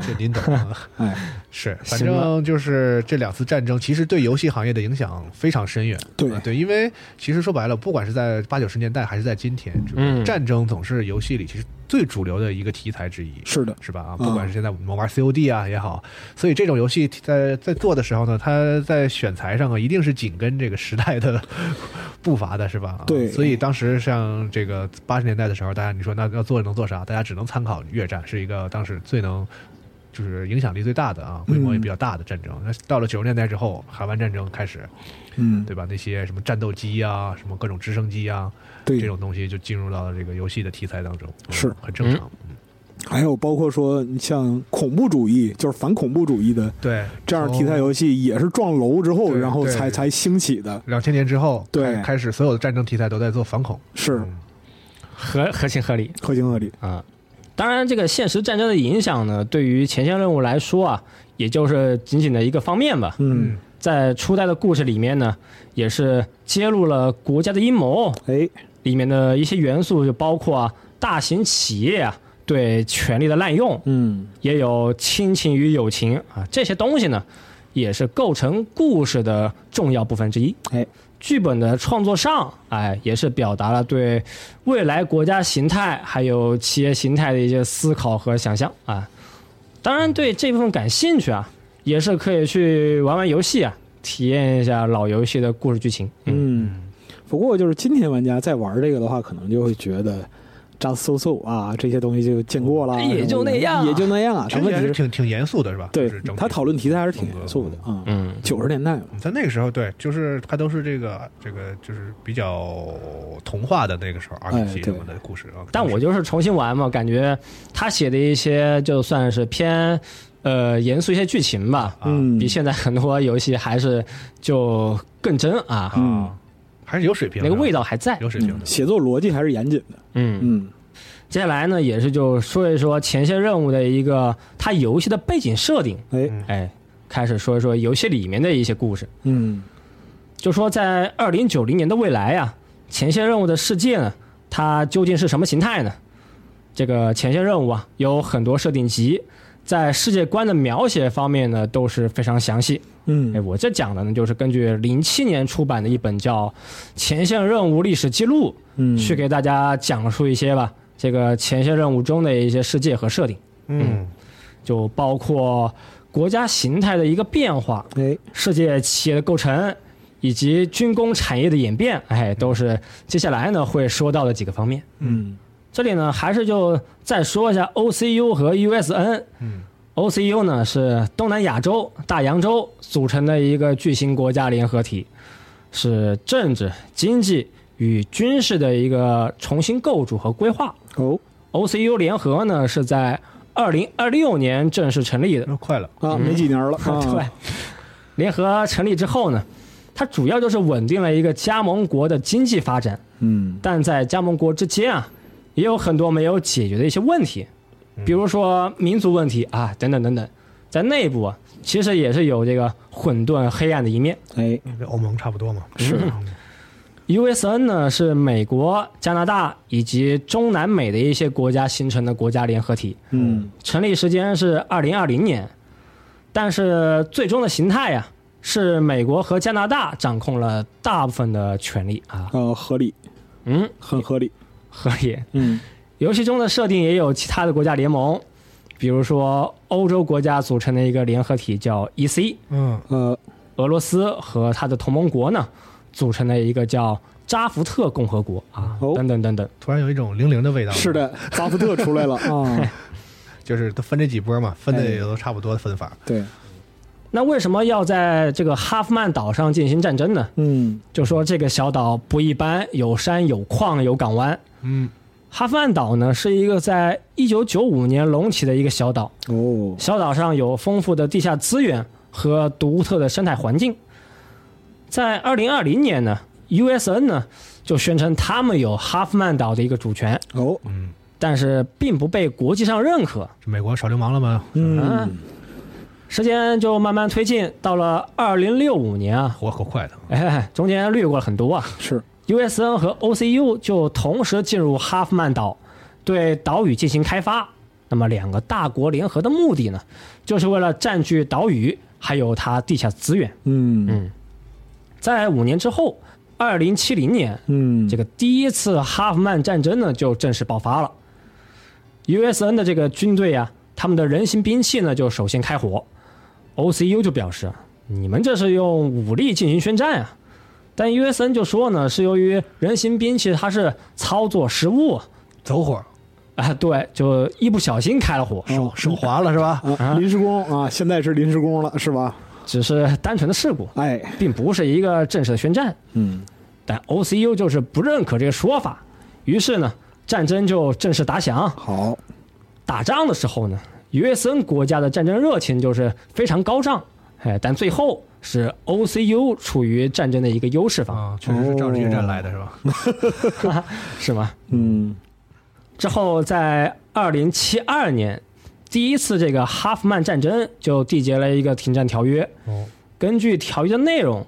D: 这您懂吗？
E: <laughs> 哎，
D: 是，反
F: 行了
D: 正就是这两次战争，其实对游戏行业的影响非常深远。
E: 对
D: 啊对，因为其实说白了，不管是在八九十年代还是在今天，这个
F: 嗯
D: 战争总是游戏里其实最主流的一个题材之一。
E: 是的，
D: 是吧？啊，
E: 嗯
D: 不管是现在我们玩 COD 啊也好，所以这种游戏在在做的时候呢，它在选材上啊，一定是紧跟这个时代的 <laughs> 步伐的，是吧？啊
E: 对
D: 所以当时像这个八十年代的时候，大家你说那要做能做啥？大家只能参考越战，是一个当时最能。就是影响力最大的啊，
E: 嗯
D: 规模也比较大的战争。那、到了九十年代之后，海湾战争开始，
E: 嗯，
D: 对吧？那些什么战斗机啊，什么各种直升机啊，
E: 对，
D: 这种东西就进入到了这个游戏的题材当中，嗯
E: 是
D: 很正常。嗯
E: 还有包括说你像恐怖主义，就是反恐怖主义的
D: 对，
E: 这样题材游戏，也是撞楼之后，
D: 对
E: 然后
D: 对
E: 才才兴起的，
D: 两千年之后，
E: 对
D: 开开始所有的战争题材都在做反恐，
E: 是
D: 嗯
F: 合合情合理
E: 合情合理，
F: 啊。当然，这个现实战争的影响呢，对于前线任务来说啊，也就是仅仅的一个方面吧。
E: 嗯，
F: 在初代的故事里面呢，也是揭露了国家的阴谋
E: 哎，
F: 里面的一些元素，就包括啊，大型企业啊对权力的滥用，
E: 嗯，
F: 也有亲情与友情啊，这些东西呢，也是构成故事的重要部分之一。
E: 哎，
F: 剧本的创作上，哎，也是表达了对未来国家形态还有企业形态的一些思考和想象啊。当然，对这部分感兴趣啊，也是可以去玩玩游戏啊，体验一下老游戏的故事剧情。嗯，
E: 嗯，不过就是今天玩家在玩这个的话，可能就会觉得。扎搜搜啊，这些东西就见过了，
F: 哎也就那样
E: 也就那样啊。
D: 其
E: 但
D: 实
E: 问
D: 还是
E: 题是，
D: 挺挺严肃的，是吧？
E: 对
D: 就是整体
E: 他讨论题材还是挺严肃的
D: 风格。
E: 啊。
F: 嗯，
E: 九十年代嘛，
D: 嗯在那个时候，对，就是他都是这个这个就是比较童话的那个时候
E: 哎
D: RPG 什
E: 对
D: 么的故事啊。
F: 但我就是重新玩嘛，感觉他写的一些就算是偏呃严肃一些剧情吧，
D: 啊
E: 嗯，
F: 比现在很多游戏还是就更真啊，
D: 啊，还是有水平
F: 那
D: 的，
F: 个味道还在。
D: 有水平
E: 嗯
D: 的。
E: 写作逻辑还是严谨的。
F: 嗯，
E: 嗯，
F: 接下来呢，也是就说一说前线任务的一个它游戏的背景设定，
E: 哎，
F: 哎，开始说一说游戏里面的一些故事。
E: 嗯，
F: 就说在二零九零年的未来啊，前线任务的世界呢，它究竟是什么形态呢？这个前线任务啊，有很多设定集，在世界观的描写方面呢，都是非常详细。哎，
E: 嗯，
F: 我这讲的呢，就是根据零七年出版的一本叫《前线任务历史记录》，
E: 嗯，
F: 去给大家讲述一些吧，这个前线任务中的一些世界和设定，
D: 嗯，
F: 就包括国家形态的一个变化，
E: 哎，
F: 世界企业的构成，以及军工产业的演变，哎，都是接下来呢会说到的几个方面。
E: 嗯，
F: 这里呢，还是就再说一下 OCU 和 USN。
D: 嗯，
F: OCU 呢是东南亚洲大洋洲组成的一个巨型国家联合体，是政治、经济与军事的一个重新构筑和规划。
E: 哦
F: OCU 联合呢是在二零二六年正式成立的，
D: 那快了，
E: 啊，没几年了啊，
F: 对，联合成立之后呢，它主要就是稳定了一个加盟国的经济发展，
E: 嗯，
F: 但在加盟国之间啊，也有很多没有解决的一些问题，比如说民族问题啊，等等等等，在内部啊，其实也是有这个混沌黑暗的一面。
E: 哎，
D: 跟欧盟差不多嘛。嗯
E: 是
F: USN 呢是美国、加拿大以及中南美的一些国家形成的国家联合体，
E: 嗯，
F: 成立时间是二零二零年，但是最终的形态呀、是美国和加拿大掌控了大部分的权利啊。
E: 啊，合理，
F: 嗯， <laughs>
E: 很合理，
F: 合理。
E: 嗯，
F: 游戏中的设定也有其他的国家联盟，比如说欧洲国家组成的一个联合体叫 EC，
D: 嗯，
E: 呃，
F: 俄罗斯和它的同盟国呢组成了一个叫扎福特共和国啊，
E: 哦
F: 等等等等。
D: 突然有一种零零的味道。
E: 是，的，巴菲特出来了啊，
D: 就是都分这几波
E: 哎
D: 嘛，分的也都差不多的分法。
E: 对，
F: 那为什么要在这个哈夫曼岛上进行战争呢？
E: 嗯，
F: 就说这个小岛不一般，有山有矿有港湾。
D: 嗯，
F: 哈夫曼岛呢是一个在1995年隆起的一个小岛，
E: 哦，
F: 小岛上有丰富的地下资源和独特的生态环境。在2020年呢，USN 呢就宣称他们有哈夫曼岛的一个主权，
E: 哦，
F: 但是并不被国际上认可。啊
D: 这美国耍流氓了吗？
E: 嗯，
F: 时间就慢慢推进，到了2065年啊，
D: 活够快的。
F: 哎，中间略过了很多啊。
E: 是，
F: USN 和 OCU 就同时进入哈夫曼岛，对岛屿进行开发。那么两个大国联合的目的呢，就是为了占据岛屿，还有它地下资源。
E: 嗯
F: 在五年之后，二零七零年，
E: 嗯，
F: 这个第一次哈夫曼战争呢就正式爆发了。USN 的这个军队啊，他们的人形兵器呢就首先开火，OCU 就表示你们这是用武力进行宣战啊。但 USN 就说呢，是由于人形兵器它是操作失误
D: 走火，
F: 啊，对，就一不小心开了火，
E: 哦
D: 手滑了是吧？
E: 啊，临时工啊，现在是临时工了，是吧？
F: 只是单纯的事故，
E: 哎，
F: 并不是一个正式的宣战。
E: 嗯，
F: 但 OCU 就是不认可这个说法，于是呢，战争就正式打响。
E: 好，
F: 打仗的时候呢，USN 国家的战争热情就是非常高涨，哎，但最后是 OCU 处于战争的一个优势
E: 嗯
F: 方，
D: 啊，确实是照着越战来的是吧？
F: 是吗？
E: 嗯，
F: 之后在二零七二年，第一次这个哈夫曼战争就缔结了一个停战条约。
D: 哦，
F: 根据条约的内容，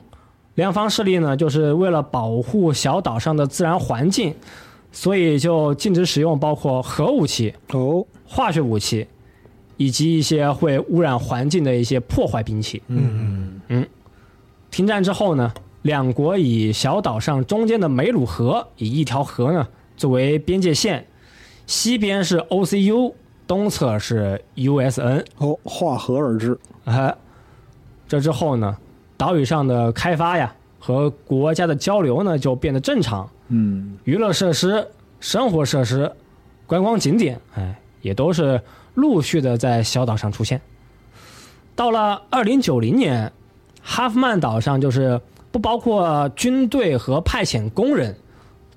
F: 两方势力呢就是为了保护小岛上的自然环境，所以就禁止使用包括核武器、
E: 哦，
F: 化学武器，以及一些会污染环境的一些破坏兵器。
E: 嗯
F: 停战之后呢，两国以小岛上中间的梅鲁河以一条河呢作为边界线，西边是 OCU，东侧是 USN。
E: 哦，化合而至，
F: 哎，这之后呢，岛屿上的开发呀和国家的交流呢就变得正常，
E: 嗯，
F: 娱乐设施、生活设施、观光景点，哎，也都是陆续的在小岛上出现。到了二零九零年，哈夫曼岛上就是不包括军队和派遣工人，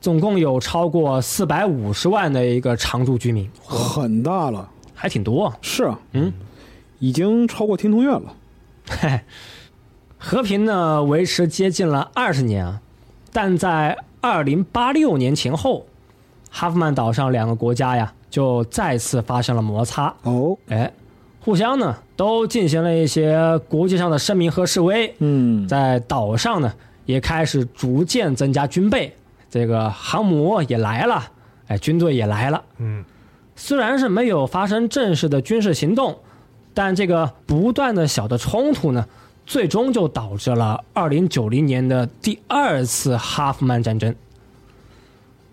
F: 总共有超过四百五十万的一个常住居民，
E: 很大了，
F: 还挺多。
E: 是啊，
F: 嗯，
E: 已经超过天通苑了，
F: 嘿，和平呢维持接近了二十年啊，但在二零八六年前后，哈夫曼岛上两个国家呀就再次发生了摩擦，
E: 哦，
F: 哎，互相呢都进行了一些国际上的声明和示威，
E: 嗯，
F: 在岛上呢也开始逐渐增加军备，这个航母也来了，哎，军队也来了。
D: 嗯，
F: 虽然是没有发生正式的军事行动，但这个不断的小的冲突呢，最终就导致了二零九零年的第二次哈夫曼战争。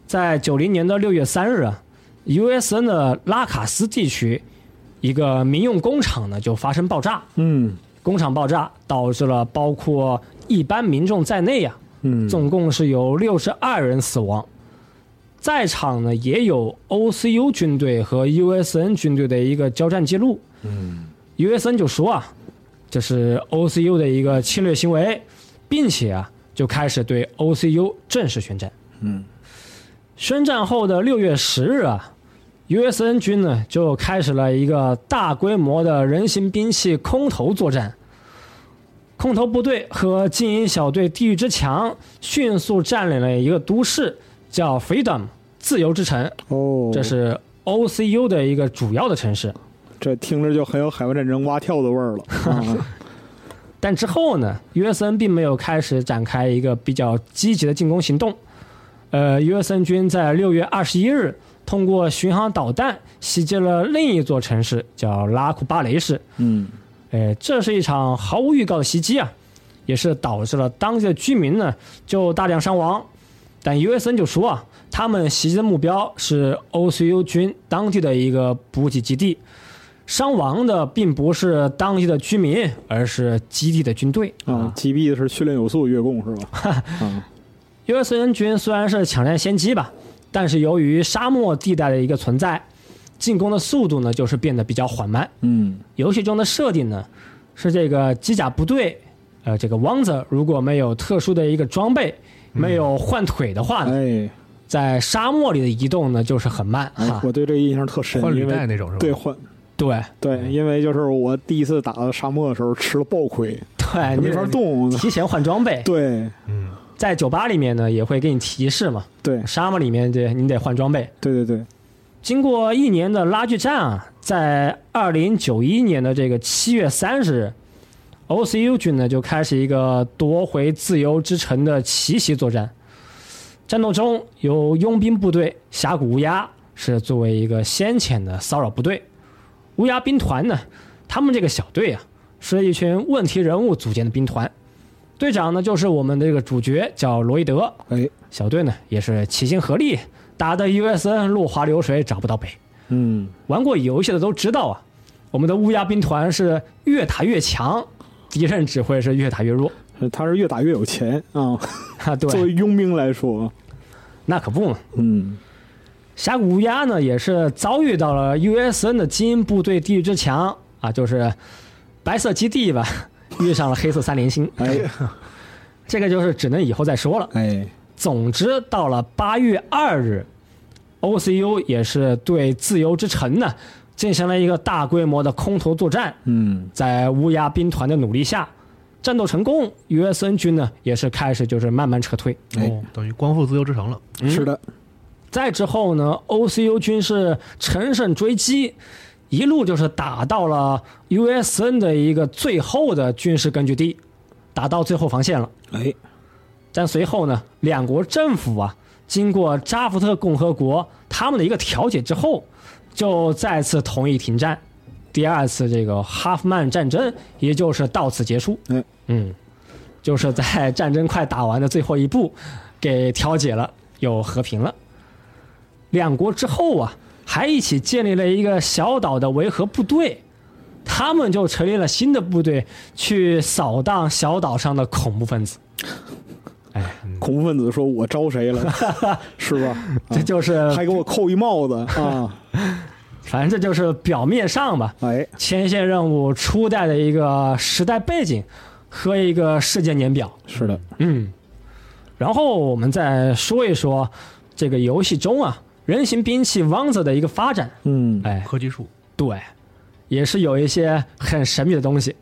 F: 在九零年的六月三日啊，USN 的拉卡斯地区一个民用工厂呢就发生爆炸，
E: 嗯，
F: 工厂爆炸导致了包括一般民众在内啊，
E: 嗯，
F: 总共是有六十二人死亡。在场呢也有 OCU 军队和 USN 军队的一个交战记录。嗯，约森就说啊，这是 OCU 的一个侵略行为，并且啊，就开始对 OCU 正式宣战。
E: 嗯，
F: 宣战后的六月十日啊，约森军呢就开始了一个大规模的人形兵器空投作战。空投部队和精英小队地狱之墙迅速占领了一个都市，叫 Freedom 自由之城，
E: 哦，
F: 这是 OCU 的一个主要的城市。
E: 这听着就很有海湾战争蛙跳的味儿了。啊
F: 但之后呢，约森并没有开始展开一个比较积极的进攻行动。呃，约森军在六月二十一日通过巡航导弹袭击了另一座城市，叫拉库巴雷市。
E: 嗯，
F: 哎，这是一场毫无预告的袭击啊，也是导致了当地的居民呢就大量伤亡。但约森就说啊，他们袭击的目标是 OCU 军当地的一个补给基地，伤亡的并不是当地的居民，而是基地的军队
E: 啊，击毙的是训练有素越共是吧？啊，
F: 因为孙恩军虽然是抢占先机吧，但是由于沙漠地带的一个存在，进攻的速度呢就是变得比较缓慢。
E: 嗯，
F: 游戏中的设定呢是这个机甲部队，呃，这个王子如果没有特殊的一个装备，没有换腿的话呢，
E: 哎，
F: 在沙漠里的移动呢就是很慢
E: 哎
F: 啊。
E: 我对这个印象特深，
D: 换履
E: 因为
D: 带那种是吧嗯
E: 对换 <laughs>
F: 对
E: 对，因为就是我第一次打到沙漠的时候吃了爆亏，
F: 对，
E: 没法。动。
F: 提前换装备，
E: 对
F: 在酒吧里面呢也会给你提示嘛，
E: 对
F: 沙漠里面对你得换装备。
E: 对对对，
F: 经过一年的拉锯战啊，在二零九一年的这个七月三十日，OCU 军呢就开始一个夺回自由之城的奇袭作战。战斗中，由佣兵部队峡谷乌鸦是作为一个先遣的骚扰部队。乌鸦兵团呢，他们这个小队啊，是一群问题人物组建的兵团。队长呢，就是我们的这个主角，叫罗伊德。
E: 哎，
F: 小队呢也是齐心合力，打得 USN 落花流水找不到北。
E: 嗯，
F: 玩过游戏的都知道啊，我们的乌鸦兵团是越打越强，敌人只会是越打越弱。
E: 他是越打越有钱啊。
F: 啊，
E: 作为
F: 对，
E: 佣兵来说，
F: 那可不嘛。
E: 嗯，
F: 峡谷乌鸦呢也是遭遇到了 USN 的精英部队地狱之墙啊，就是白色基地吧， <laughs> 遇上了黑色三连星。
E: 哎
F: 这个就是只能以后再说了。
E: 哎，
F: 总之，到了八月二日，OCU 也是对自由之城呢进行了一个大规模的空投作战。
E: 嗯，
F: 在乌鸦兵团的努力下，战斗成功，约森军呢也是开始就是慢慢撤退。
E: 哎
D: 哦，嗯等于光复自由之城了。
E: 是的，
F: 再之后呢，OCU 军是乘胜追击，一路就是打到了 USN 的一个最后的军事根据地，打到最后防线了。
E: 哎，
F: 但随后呢，两国政府啊，经过扎福特共和国他们的一个调解之后，就再次同意停战。第二次这个哈夫曼战争，也就是到此结束。
E: 嗯
F: 嗯，就是在战争快打完的最后一步，给调解了，又和平了。两国之后啊，还一起建立了一个小岛的维和部队，他们就成立了新的部队去扫荡小岛上的恐怖分子。
D: 嗯
E: 恐怖分子说我招谁了， <laughs> 是吧？啊
F: 这就是
E: 还给我扣一帽子啊！
F: 反正这就是表面上吧，
E: <laughs> 哎，
F: 前线任务初代的一个时代背景和一个事件年表。
E: 是的，
F: 嗯，然后我们再说一说这个游戏中啊，人形兵器汪泽的一个发展。
E: 嗯，
F: 哎，
D: 科技树，
F: 对，也是有一些很神秘的东西。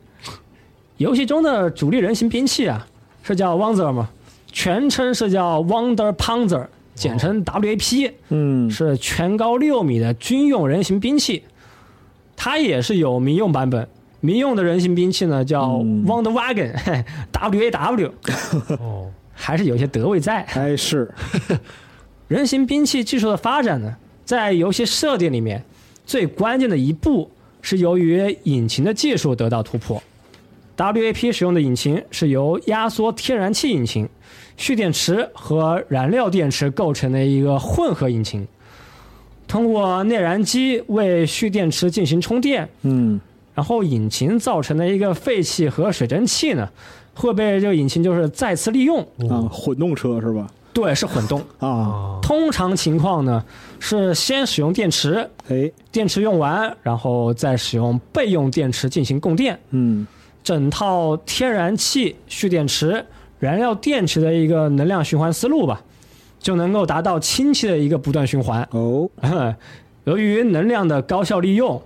F: 游戏中的主力人形兵器啊，是叫汪泽吗？全称是叫 Wonder Panzer，简称 WAP。
E: 嗯，
F: 是全高六米的军用人形兵器，它也是有民用版本。民用的人形兵器呢叫
E: 嗯
F: Wonder
E: <laughs>
F: Wagon、W A W，
D: 哦，
F: 还是有些德味在。
E: 哎是，
F: 人形兵器技术的发展呢，在游戏设定里面最关键的一步是由于引擎的技术得到突破。WAP 使用的引擎是由压缩天然气引擎、蓄电池和燃料电池构成的一个混合引擎，通过内燃机为蓄电池进行充电，
E: 嗯，
F: 然后引擎造成的一个废气和水蒸气呢，会被这个引擎就是再次利用，
E: 啊，混动车是吧？
F: 对，是混动。
E: 啊，
D: 啊，
F: 通常情况呢是先使用电池，
E: 哎，
F: 电池用完，然后再使用备用电池进行供电。
E: 嗯，
F: 整套天然气、蓄电池、燃料电池的一个能量循环思路吧，就能够达到氢气的一个不断循环。
E: 哦，
F: <laughs> 由于能量的高效利用，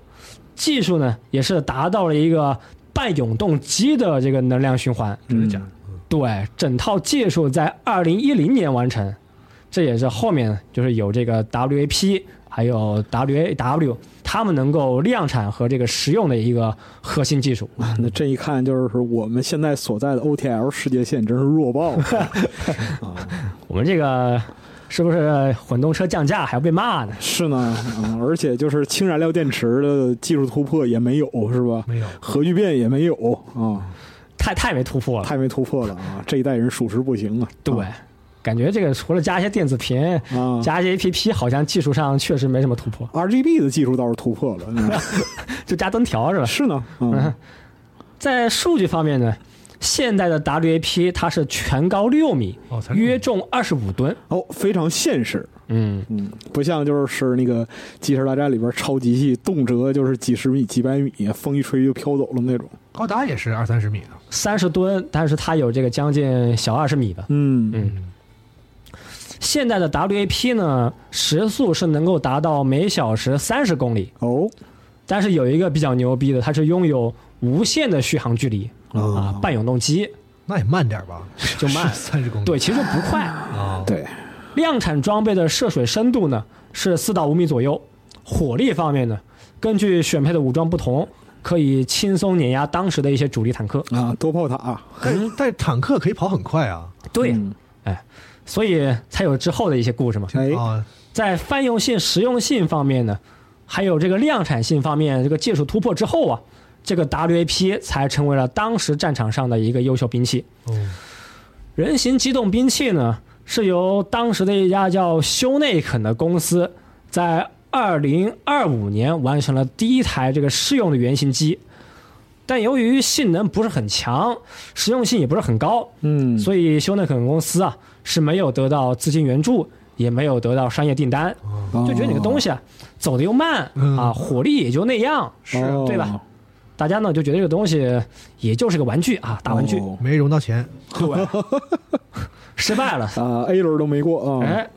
F: 技术呢也是达到了一个半永动机的这个能量循环。
D: 真的假的？
F: 对，整套技术在二零一零年完成，这也是后面就是有这个 WAP 还有 WAW 他们能够量产和这个实用的一个核心技术。
E: <laughs> 那这一看就是我们现在所在的 OTL 世界线真是弱爆了
F: 我们这个是不是混动车降价还要被骂呢？
E: 是呢、嗯而且就是氢燃料电池的技术突破也没有，是吧？
D: 没有，
E: 核聚变也没有啊，
F: 太太没突破了。
E: 太没突破了啊！这一代人属实不行啊。
F: 对，感觉这个除了加一些电子屏，
E: 啊
F: 加一些 APP，好像技术上确实没什么突破，
E: ，RGB 的技术倒是突破了，嗯
F: 就加灯条是吧？
E: 是呢，嗯，
F: 在数据方面呢，现代的 WAP 它是全高六米，
D: 哦才六米
F: 约重二十五吨。
E: 哦，非常现实，
F: 嗯，
E: 嗯，不像就是那个《即时大战》里边超级系，动辄就是几十米、几百米，风一吹就飘走了那种。
D: 高达也是二三十米的，
F: 三十吨，但是它有这个将近小二十米吧。
E: 嗯
F: 嗯现代的 WAP 呢，时速是能够达到每小时三十公里，
E: 哦，
F: 但是有一个比较牛逼的，它是拥有无限的续航距离
E: 哦
F: 啊，半永动机。
D: 那也慢点
E: <laughs>
D: 吧，
F: 就慢
D: <laughs> 三十公里。
F: 对，其实不快。
D: 啊，
E: 对，
F: 量产装备的涉水深度呢是四到五米左右，火力方面呢，根据选配的武装不同，可以轻松碾压当时的一些主力坦克。
E: 啊，多炮塔，
D: 但是但是坦克可以跑很快啊，
F: 对
E: 嗯
F: 哎，所以才有之后的一些故事嘛。
E: 哎，
D: 啊，
F: 在泛用性、实用性方面呢，还有这个量产性方面，这个技术突破之后啊，这个 WAP 才成为了当时战场上的一个优秀兵器。
D: 哦，
F: 人形机动兵器呢，是由当时的一家叫休内肯的公司，在二零二五年完成了第一台这个试用的原型机，但由于性能不是很强，实用性也不是很高，
E: 嗯，
F: 所以休内肯公司啊是没有得到资金援助，也没有得到商业订单，就觉得你个东西啊走的又慢
D: 嗯
F: 啊，火力也就那样，
E: 是
F: 对吧？大家呢就觉得这个东西也就是个玩具啊，大玩具，
E: 哦
D: 没融到钱，
F: 对，失败了。
E: 啊，A 轮都没过啊，
F: 哎，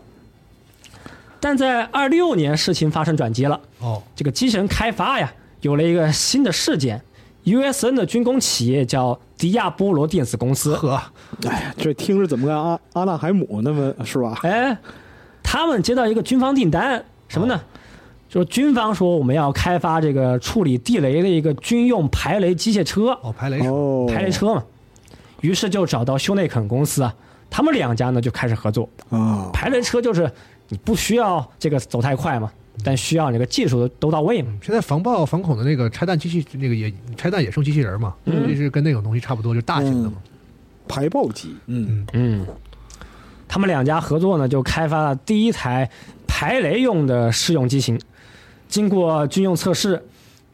F: 但在二六年，事情发生转机了。
D: 哦，
F: 这个机器人开发呀，有了一个新的事件。USN 的军工企业叫迪亚波罗电子公司，
D: 呵，
E: 哎，这听着怎么跟阿阿纳海姆那么是吧？
F: 哎，他们接到一个军方订单，什么呢？就是军方说我们要开发这个处理地雷的一个军用排雷机械车，
D: 哦，排雷手，
E: 哦，
F: 排雷车嘛。于是就找到休内肯公司啊，他们两家呢就开始合作。
E: 啊，
F: 排雷车就是你不需要这个走太快嘛，但需要你这个技术都到位嘛。
D: 现在防爆反恐的那个拆弹机器，那个也拆弹也剩机器人嘛，
E: 嗯
D: 这是跟那种东西差不多，就是大型的嘛。
E: 排爆机，嗯
F: 嗯，他们两家合作呢，就开发了第一台排雷用的试用机型。经过军用测试，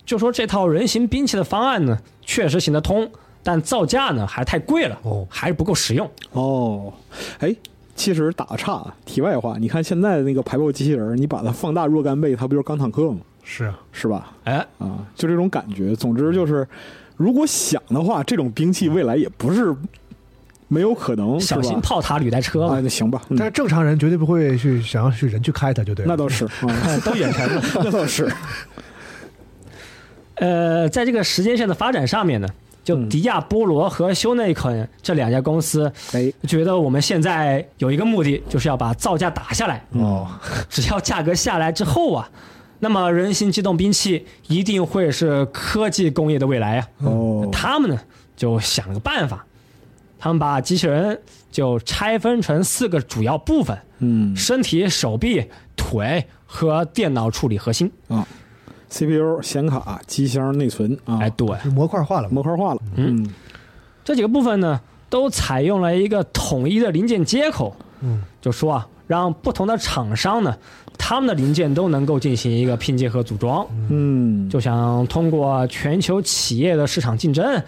F: 就说这套人形兵器的方案呢，确实行得通，但造价呢还太贵了，
D: 哦
F: 还是不够实用。
E: 哦，哎。其实打个岔，题外话，你看现在那个排爆机器人，你把它放大若干倍，它不就是钢坦克吗？
D: 是，
E: 是吧？
F: 哎，
E: 啊，就这种感觉。总之就是，如果想的话，这种兵器未来也不是没有可能，是
F: 小心
E: 吧？
F: 炮塔履带车
E: 啊，
F: 嘛，
E: 那行吧，嗯
D: 但是正常人绝对不会去想要去人去开它，就对了。
E: 那倒是，啊
F: 哎都远程了。
E: <laughs> 那倒是，
F: 呃，在这个时间线的发展上面呢，就
E: 嗯
F: 迪亚波罗和休内肯这两家公司
E: 哎，
F: 觉得我们现在有一个目的，就是要把造价打下来。
E: 哦，
F: 只要价格下来之后啊，那么人形机动兵器一定会是科技工业的未来啊。
E: 哦，
F: 他们呢就想了个办法，他们把机器人就拆分成四个主要部分：
E: 嗯
F: 身体、手臂、腿和电脑处理核心。
E: 啊，CPU、显卡、机箱、内存啊，
F: 哎，对，
D: 是模块化了嘛。
E: 模块化了，嗯，
F: 这几个部分呢都采用了一个统一的零件接口。
D: 嗯，
F: 就说啊，让不同的厂商呢，他们的零件都能够进行一个拼接和组装，
E: 嗯，
F: 就想通过全球企业的市场竞争，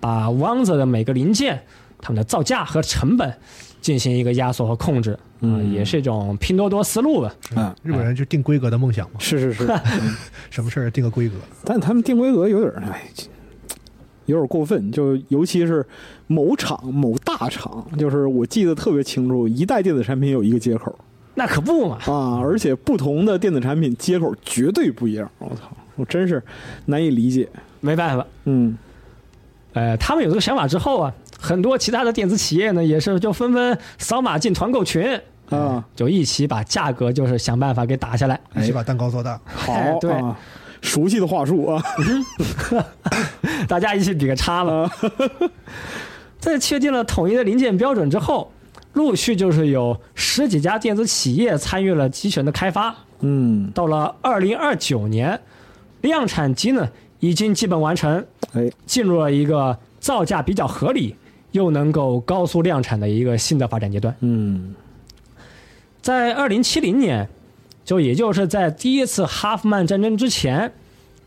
F: 把汪子的每个零件他们的造价和成本进行一个压缩和控制，啊、也是一种拼多多思路吧。
E: 嗯，
D: 日本人就定规格的梦想嘛，
E: 是是
F: <laughs>
E: 是，嗯
D: 什么事儿定个规格，
E: 但他们定规格有点儿，哎，有点儿过分。就尤其是某厂某大厂，就是我记得特别清楚，一代电子产品有一个接口
F: 那可不嘛，
E: <laughs> 啊，而且不同的电子产品接口绝对不一样。我操，我真是难以理解。
F: 没办法，
E: 嗯，
F: 呃，他们有这个想法之后啊，很多其他的电子企业呢，也是就纷纷扫码进团购群，
E: 啊，
F: 就一起把价格就是想办法给打下来。
E: 哎
D: 一起把蛋糕做大。
E: 好
F: 哎 <laughs> 对
E: 啊，熟悉的话术啊， <laughs>
F: 大家一起比个叉嘛。 <laughs> 在确定了统一的零件标准之后，陆续就是有十几家电子企业参与了集群的开发。
E: 嗯，
F: 到了二零二九年，量产机呢已经基本完成，
E: 哎，
F: 进入了一个造价比较合理又能够高速量产的一个新的发展阶段。
E: 嗯，
F: 在二零七零年，就也就是在第一次哈夫曼战争之前，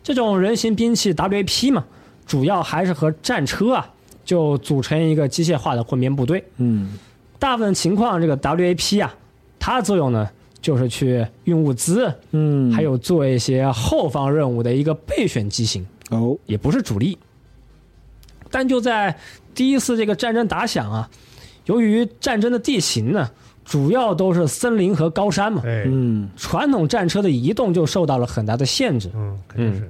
F: 这种人形兵器 WAP 嘛，主要还是和战车啊，就组成一个机械化的混编部队。
E: 嗯，
F: 大部分情况，这个 WAP 啊，它的作用呢，就是去运物资，
E: 嗯，
F: 还有做一些后方任务的一个备选机型，
E: 哦，
F: 也不是主力。但就在第一次这个战争打响啊，由于战争的地形呢，主要都是森林和高山嘛，
D: 哎，
E: 嗯，
F: 传统战车的移动就受到了很大的限制。
D: 嗯，肯定是。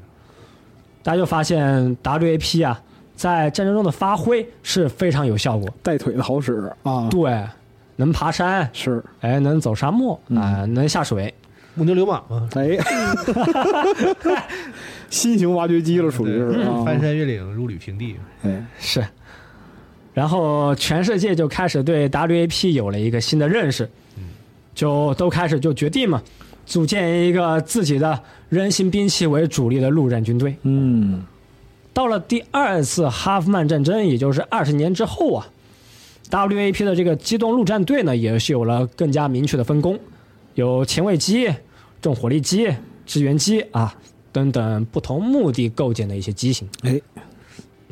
F: 大家就发现 WAP 啊，在战争中的发挥是非常有效果。
E: 带腿的好使啊，
F: 对，能爬山，
E: 是，
F: 哎，能走沙漠啊、能下水。
D: 木牛流马嘛，
E: 哎， <laughs> 新型挖掘机了，属于是
F: 嗯
E: 啊，
D: 翻山越岭如履平地，
E: 哎，
F: 是。然后全世界就开始对 WAP 有了一个新的认识，就都开始就决定嘛，组建一个自己的人形兵器为主力的陆战军队。
E: 嗯，
F: 到了第二次哈夫曼战争，也就是二十年之后啊，WAP 的这个机动陆战队呢，也是有了更加明确的分工，有前卫机、重火力机、支援机啊等等不同目的构建的一些机型。
E: 哎，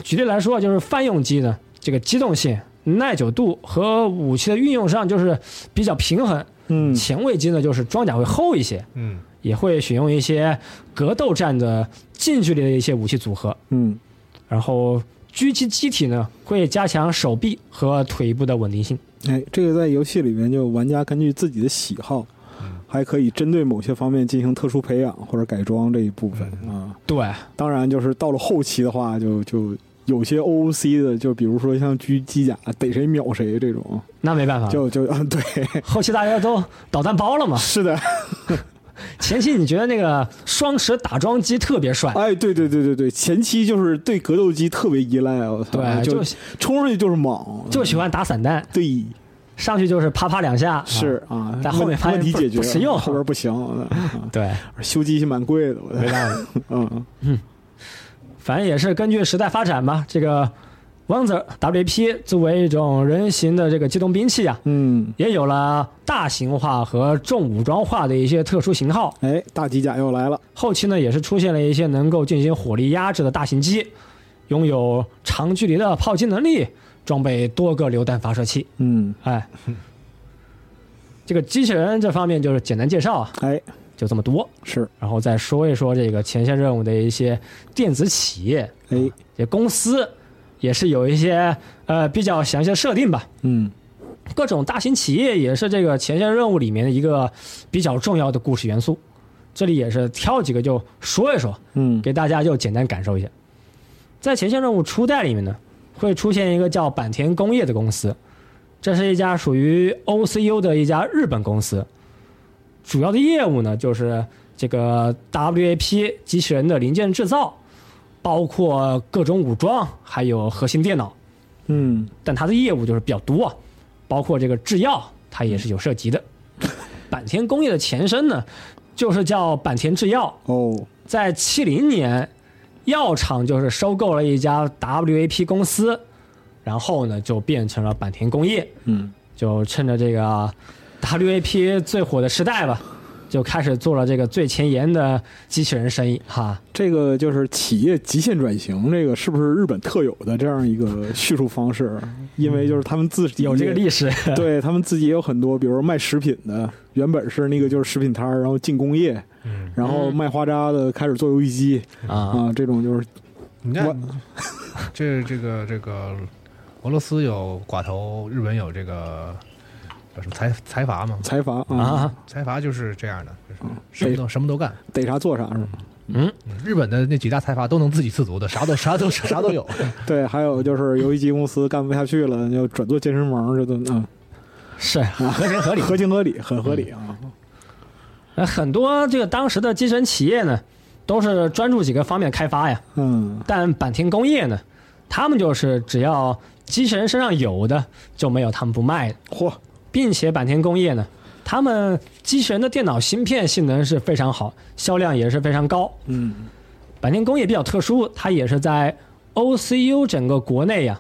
F: 举例来说，就是泛用机呢，这个机动性、耐久度和武器的运用上就是比较平衡。
E: 嗯，
F: 前卫机呢，就是装甲会厚一些，
D: 嗯，
F: 也会选用一些格斗战的近距离的一些武器组合。
E: 嗯，
F: 然后狙击机体呢，会加强手臂和腿部的稳定性。
E: 哎，这个在游戏里面，就玩家根据自己的喜好，
F: 嗯
E: 还可以针对某些方面进行特殊培养或者改装这一部分
F: 嗯
E: 啊。
F: 对，
E: 当然，就是到了后期的话，就就有些 OOC 的，就比如说像狙机甲逮谁秒谁这种，
F: 那没办法，
E: 就 <laughs> 就啊，
F: <laughs>
E: 对，
F: 后期大家都导弹包了嘛。
E: 是的，
F: 前期你觉得那个双持打桩机特别帅，
E: 哎，对对对对对，前期就是对格斗机特别依赖啊，我操，
F: 对，
E: 就
F: 就
E: 冲上去就是猛，
F: 就喜欢打散弹，
E: 对，
F: 上去就是啪啪两下。啊
E: 是啊，
F: 但后面发现
E: 问题
F: 不
E: 解决
F: 不实用
E: 后边不行，啊
F: 对，
E: 修机器蛮贵的，我
F: 没
E: 的，
F: 办法，
E: 嗯，
F: 反正也是根据时代发展吧。这个 Wanzer WP 作为一种人形的这个机动兵器啊，
E: 嗯，
F: 也有了大型化和重武装化的一些特殊型号。
E: 哎，大机甲又来了，
F: 后期呢，也是出现了一些能够进行火力压制的大型机，拥有长距离的炮击能力，装备多个榴弹发射器。
E: 嗯，
F: 哎，这个机器人这方面就是简单介绍啊，
E: 哎，
F: 就这么多。
E: 是，
F: 然后再说一说这个前线任务的一些电子企业，
E: 哎，
F: 也公司也是有一些呃比较详细的设定吧。
E: 嗯，
F: 各种大型企业也是这个前线任务里面的一个比较重要的故事元素。这里也是挑几个就说一说，
E: 嗯，
F: 给大家就简单感受一下。在前线任务初代里面呢，会出现一个叫坂田工业的公司，这是一家属于 OCU 的一家日本公司，主要的业务呢就是这个 WAP 机器人的零件制造，包括各种武装，还有核心电脑。
E: 嗯，
F: 但它的业务就是比较多，啊包括这个制药，它也是有涉及的。 <laughs> 坂田工业的前身呢，就是叫坂田制药，
E: 哦，
F: 在七零年，药厂就是收购了一家 WAP 公司，然后呢就变成了坂田工业，
E: 嗯，
F: 啊就趁着这个 WAP 最火的时代吧，就开始做了这个最前沿的机器人生意哈。
E: 这个就是企业极限转型，这个是不是日本特有的这样一个叙述方式？因为就是他们自己
F: 有这个历史，
E: 对他们自己也有很多，比如说卖食品的，原本是那个就是食品摊儿，然后进工业，
D: 嗯
E: 然后卖花渣的开始做游戏机
F: 啊，
E: 啊，这种就是
D: 你
E: 我
D: 看， <laughs> 这这个这个，俄罗斯有寡头，日本有这个叫什么财财阀嘛？
E: 财阀啊，
F: 啊，
D: 财阀就是这样的，就是什
E: 逮
D: 么都什么都干。
E: 逮啥做啥是吗？
D: 嗯日本的那几大财阀都能自给自足的，啥都啥都啥
E: <laughs>
D: 都有。
E: 对，还有就是游戏机公司干不下去了，就转做健身房，这都啊，
F: 是
E: 合情合 <laughs> 理，合情合理，很合理啊。
F: 呃很多这个当时的机器人企业呢，都是专注几个方面开发呀。
E: 嗯，
F: 但坂田工业呢，他们就是只要机器人身上有的就没有他们不卖的，
E: 嚯，
F: 并且坂田工业呢，他们机器人的电脑芯片性能是非常好，销量也是非常高。
E: 嗯
F: 坂田工业比较特殊，它也是在 OCU 整个国内呀、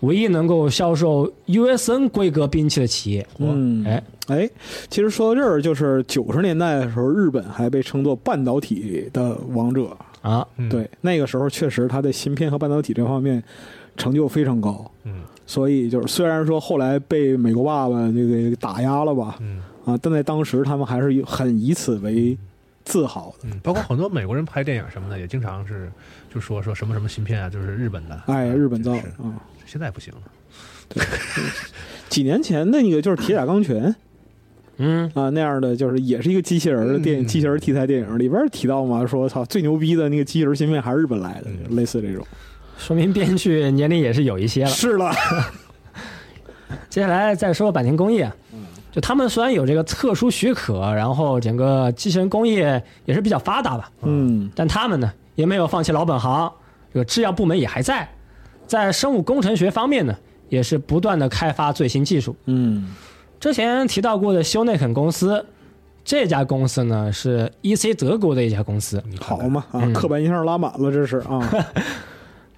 F: 唯一能够销售 USN 规格兵器的企业。
E: 嗯，
F: 哎，
E: 哎，其实说到这儿，就是九十年代的时候，日本还被称作半导体的王者。
F: 啊，
D: 嗯
E: 对，那个时候确实它的芯片和半导体这方面成就非常高。
D: 嗯
E: 所以就是虽然说后来被美国爸爸这个打压了吧，
D: 嗯
E: 啊，但在当时他们还是有很以此为自豪的。
D: 嗯，包括很多美国人拍电影什么的，也经常是就说说什么什么芯片啊，就是日本的。
E: 哎，日本造
D: 造
E: 的啊！
D: 现在不行了。
E: 几年前的那个就是《铁甲钢拳》
F: 嗯，
E: 啊，那样的就是也是一个机器人儿的电影，
D: 嗯
E: 机器人儿题材电影里边儿提到嘛，说操最牛逼的那个机器人儿芯片还是日本来的，
D: 嗯
E: 就类似这种。
F: 说明编剧年龄也是有一些了。
E: 是了，
F: 接下来再说坂田工业，就他们虽然有这个特殊许可，然后整个机器人工业也是比较发达吧，
E: 嗯
F: 但他们呢也没有放弃老本行，这个制药部门也还在，在生物工程学方面呢也是不断的开发最新技术。
E: 嗯
F: 之前提到过的修内肯公司，这家公司呢是 EC 德国的一家公司，
D: 你，看
E: 好
D: 看，
E: 嘛啊，
F: 嗯
E: 刻板印象拉满了，这是啊，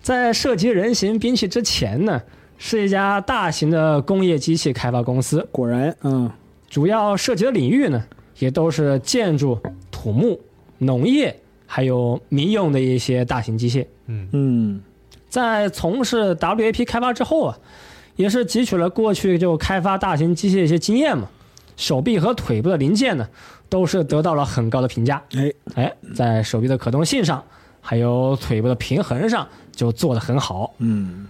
F: 在涉及人形兵器之前呢，是一家大型的工业机器开发公司。
E: 果然，嗯
F: 主要涉及的领域呢，也都是建筑、土木、农业，还有民用的一些大型机械。
D: 嗯
E: 嗯
F: 在从事 WAP 开发之后啊，也是汲取了过去就开发大型机械一些经验嘛，手臂和腿部的零件呢，都是得到了很高的评价。
E: 哎，
F: 哎，在手臂的可动性上，还有腿部的平衡上，就做得很好。
E: 嗯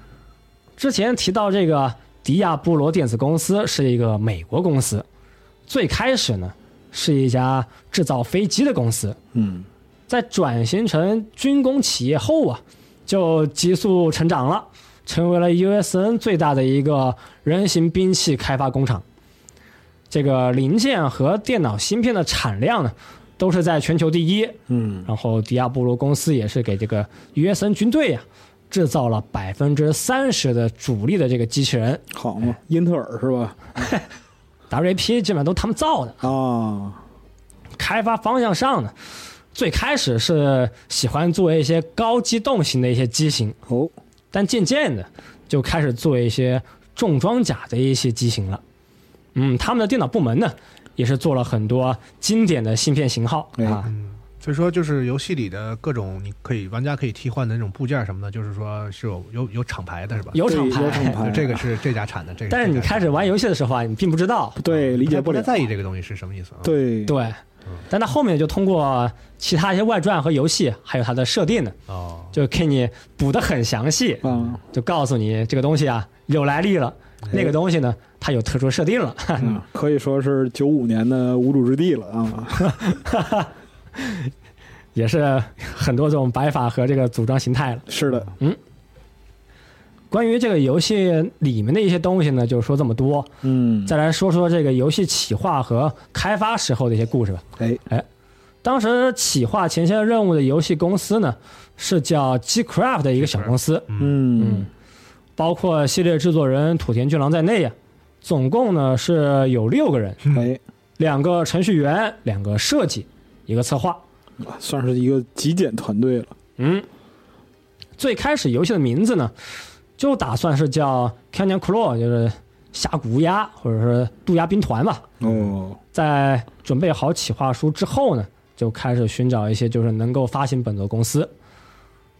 F: 之前提到这个迪亚波罗电子公司是一个美国公司，最开始呢是一家制造飞机的公司，
E: 嗯
F: 在转型成军工企业后啊，就急速成长了，成为了 USN 最大的一个人形兵器开发工厂。这个零件和电脑芯片的产量呢，都是在全球第一。
E: 嗯，
F: 然后迪亚波罗公司也是给这个约森军队呀、制造了百分之三十的主力的这个机器人
E: 好嘛，英特尔是吧？
F: WAP，基本上都他们造的。
E: 啊，
F: 开发方向上呢，最开始是喜欢做一些高机动型的一些机型，
E: 哦，
F: 但渐渐的就开始做一些重装甲的一些机型了。嗯，他们的电脑部门呢，也是做了很多经典的芯片型号
E: 哎
F: 啊，
D: 嗯，所以说就是游戏里的各种你可以玩家可以替换的那种部件什么的，就是说是有有有厂牌的是吧？
F: 有厂
E: 对有厂牌
F: 牌。
D: 就这个是这家产的，这个
F: 但是你开始玩游戏的时候啊，你并不知道
E: 对，理
D: 理
E: 解不了，
D: 在意这个东西是什么意思啊？，
E: 对，
F: 对，但他后面就通过其他一些外传和游戏，还有它的设定呢，
D: 哦，
F: 就给你补得很详细，
E: 啊，
F: 就告诉你这个东西啊有来历了，那个东西呢它有特殊设定了， <laughs>
E: 嗯可以说是九五年的无主之地了啊，
F: 也是很多种摆法和这个组装形态了。
E: 是的，
F: 关于这个游戏里面的一些东西呢，就说这么多，
E: 嗯，
F: 再来说说这个游戏企划和开发时候的一些故事吧。
E: 哎，
F: 当时企划前线任务的游戏公司呢，是叫 Gcraft 的一个小公司，
E: 嗯
F: 嗯，包括系列制作人土田俊郎在内呀，总共呢是有六个人，
E: 哎，
F: 两个程序员，两个设计，一个策划。
E: 算是一个极简团队了，
F: 嗯，最开始游戏的名字呢，就打算是叫 Canyon Claw，就是峡谷乌鸦或者是渡鸦兵团吧。
E: 哦，
F: 在准备好企划书之后呢，就开始寻找一些就是能够发行本的公司。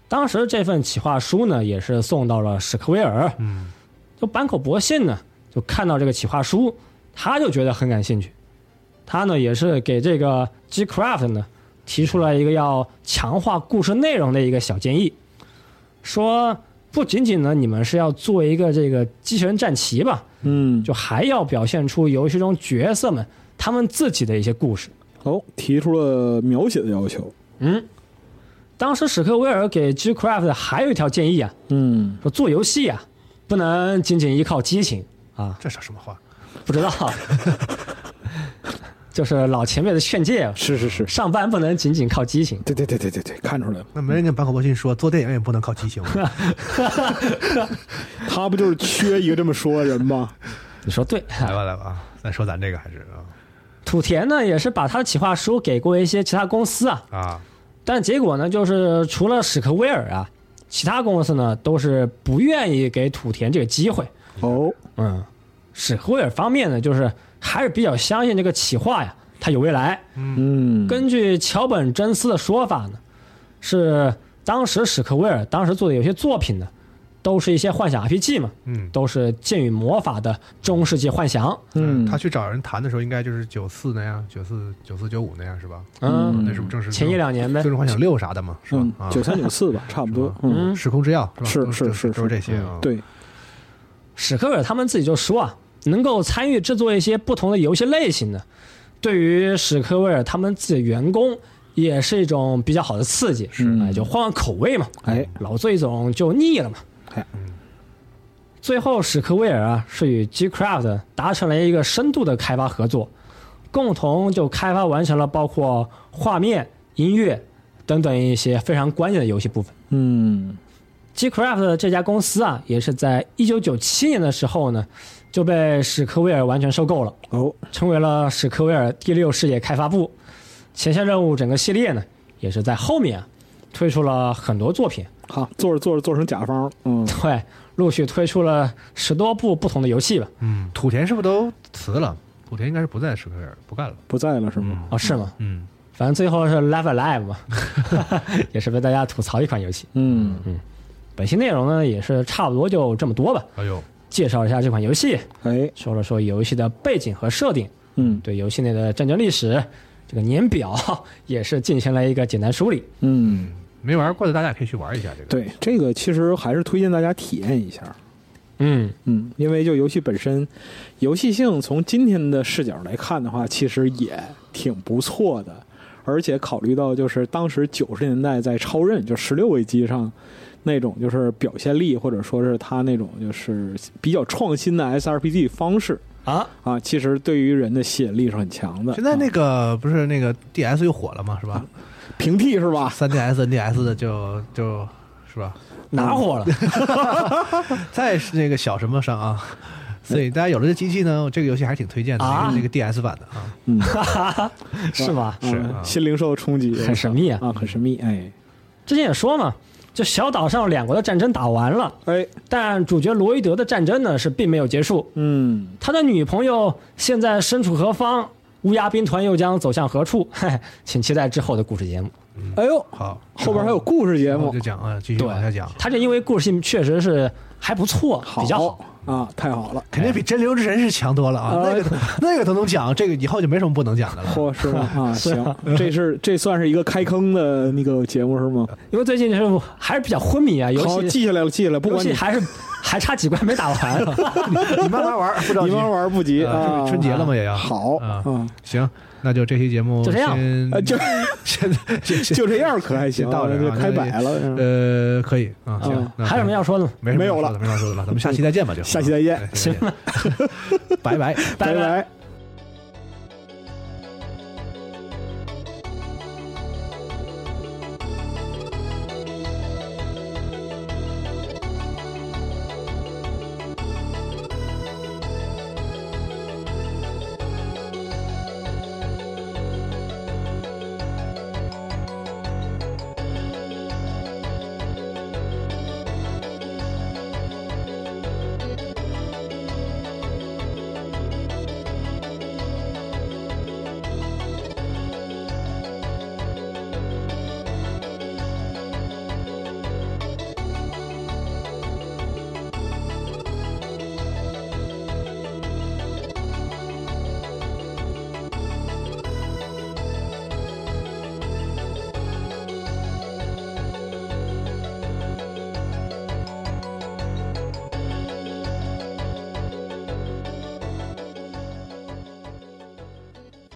F: 当时这份企划书呢，也是送到了史克威尔，
D: 嗯，
F: 就坂口博信呢，就看到这个企划书，他就觉得很感兴趣。他呢也是给这个 G Craft 呢提出了一个要强化故事内容的一个小建议，说不仅仅呢你们是要做一个这个机器人战旗吧，
E: 嗯，
F: 就还要表现出游戏中角色们他们自己的一些故事。
E: 哦，提出了描写的要求。
F: 嗯，当时史克威尔给 G Craft 还有一条建议啊，
E: 嗯，
F: 说做游戏啊不能仅仅依靠激情啊，
D: 这是什么话？
F: 不知道， <laughs> 就是老前辈的劝诫，
E: 是是是，
F: 上班不能仅仅靠激情。
E: 对对对对对对，看出来了，
D: 那没人家坂口博信说做电影也不能靠激情吗，
E: 他不就是缺一个这么说的人吗？
F: 你说对。
D: 来吧来吧啊，咱说咱这个还是啊
F: 土田呢也是把他的企划书给过一些其他公司啊，
D: 啊，
F: 但结果呢就是除了史克威尔啊，其他公司呢都是不愿意给土田这个机会。
E: 哦，
F: 嗯，史克威尔方面呢就是还是比较相信这个企划呀，它有未来。
E: 嗯，
F: 根据桥本真司的说法呢，是当时史克威尔当时做的有些作品呢，都是一些幻想 RPG 嘛，
D: 嗯，
F: 都是剑与魔法的中世纪幻想。
E: 嗯，
D: 他去找人谈的时候，应该就是九四那样，九四九四九五那样是吧？啊
F: 嗯，
D: 那是不是正是
F: 前一两年呗
D: 最。终幻想六啥的嘛，是吧
E: 嗯？
D: 啊，
E: 九三九四吧，嗯差不多
D: 吧。
E: 嗯，
F: 嗯，
D: 时空之钥是吧？
E: 是
D: 都
E: 是是
D: 都是这些啊。，
E: 对，
F: 史克威尔他们自己就说啊，能够参与制作一些不同的游戏类型呢，对于史克威尔他们自己的员工也是一种比较好的刺激，
E: 是
F: 哎，就换换口味嘛，
E: 哎，
F: 老做一种就腻了嘛。
E: 哎
F: 最后，史克威尔啊是与 G Craft 达成了一个深度的开发合作，共同就开发完成了包括画面、音乐等等一些非常关键的游戏部分。
E: 嗯，
F: G Craft 这家公司啊，也是在一九九七年的时候呢，就被史克威尔完全收购了，
E: 哦，
F: 成为了史克威尔第六视野开发部。前线任务整个系列呢，也是在后面啊推出了很多作品，
E: 好，做着做着做成甲方了，嗯，
F: 对，陆续推出了十多部不同的游戏吧。
D: 嗯，土田是不是都辞了？土田应该是不在史克威尔不干了。
E: 不在了是吗？
F: 哦，是吗？
D: 嗯，
F: 反正最后是 Live Alive 嘛， <laughs> 也是被大家吐槽一款游戏。
E: 嗯，
F: 本期内容呢也是差不多就这么多吧，
D: 哎呦，
F: 介绍一下这款游戏，
E: 哎，
F: 说了说游戏的背景和设定，
E: 嗯
F: 对游戏内的战争历史、这个年表也是进行了一个简单梳理。
E: 嗯，
D: 没玩过的大家也可以去玩一下这个。，
E: 对，这个其实还是推荐大家体验一下。
F: 嗯，
E: 嗯，因为就游戏本身，游戏性从今天的视角来看的话，其实也挺不错的。而且考虑到就是当时九十年代在超任就十六位机上那种就是表现力，或者说是他那种就是比较创新的 SRPG 方式
F: 啊，
E: 啊，其实对于人的吸引力是很强的。
D: 现在那
E: 啊
D: 个不是那个 DS 又火了嘛，是吧？
E: 平替是吧？
D: 三 DS、NDS 的就就是吧？
F: 拿火了，
D: 再是那个小什么上
E: <laughs>
D: 啊。所以大家有了这机器呢，这个游戏还是挺推荐的，
F: 啊
D: 那个 DS 版的啊。
F: 是吗？
E: 嗯
D: 是啊
E: 心灵受冲击，
F: 很神秘啊
E: 啊，很神秘。哎
F: 之前也说嘛，就小岛上两国的战争打完了，
E: 哎，
F: 但主角罗伊德的战争呢是并没有结束，
E: 嗯
F: 他的女朋友现在身处何方？乌鸦兵团又将走向何处？ <laughs> 嘿嘿，请期待之后的故事节目。
E: 哎呦，
D: 好，
E: 后边还有故事节
D: 然后
E: 目
D: 就，讲啊，继续往下讲，
F: 他这因为故事性确实是还不错，比较好。
E: 啊，太好了。
D: 肯定比《真流之神》是强多了啊。
E: 哎
D: 那个那个都能讲，这个以后就没什么不能讲的
E: <laughs>
D: 了。<laughs>
E: 嚯，是吗？啊，行，这是这算是一个开坑的那个节目是吗？
F: 因为最近就是还是比较昏迷啊，尤
E: 好，
F: 其
E: 记下来了，记下来，不
F: 尤
E: 管
F: 其
E: 你
F: 还是还差几关
E: <laughs>
F: 没打完。
D: 你慢慢玩，不着
E: 你
D: 急。
E: 慢慢玩不急
D: 啊
E: 啊。
D: 春节了嘛，也要
E: 好
D: 啊
E: 嗯
D: 行，那就这期节目
F: 就这样
D: 先
E: 啊，就
D: 现在
E: 就这样，可还
D: 先
E: 行啊？
D: <laughs> 到这儿
E: 就
D: 啊
E: 开摆了。嗯
D: 呃，可以啊，行
E: 嗯，
D: 那
F: 还有什么要说的吗？
D: 没什么
E: 没
D: 要
E: 有
D: 说的
E: 了 <laughs>
D: 哎没啥说的了，咱们下期再见吧，就
E: 下期再见
D: 哎
F: 行吧，
D: 拜拜。
E: 拜
F: 拜。
E: 拜。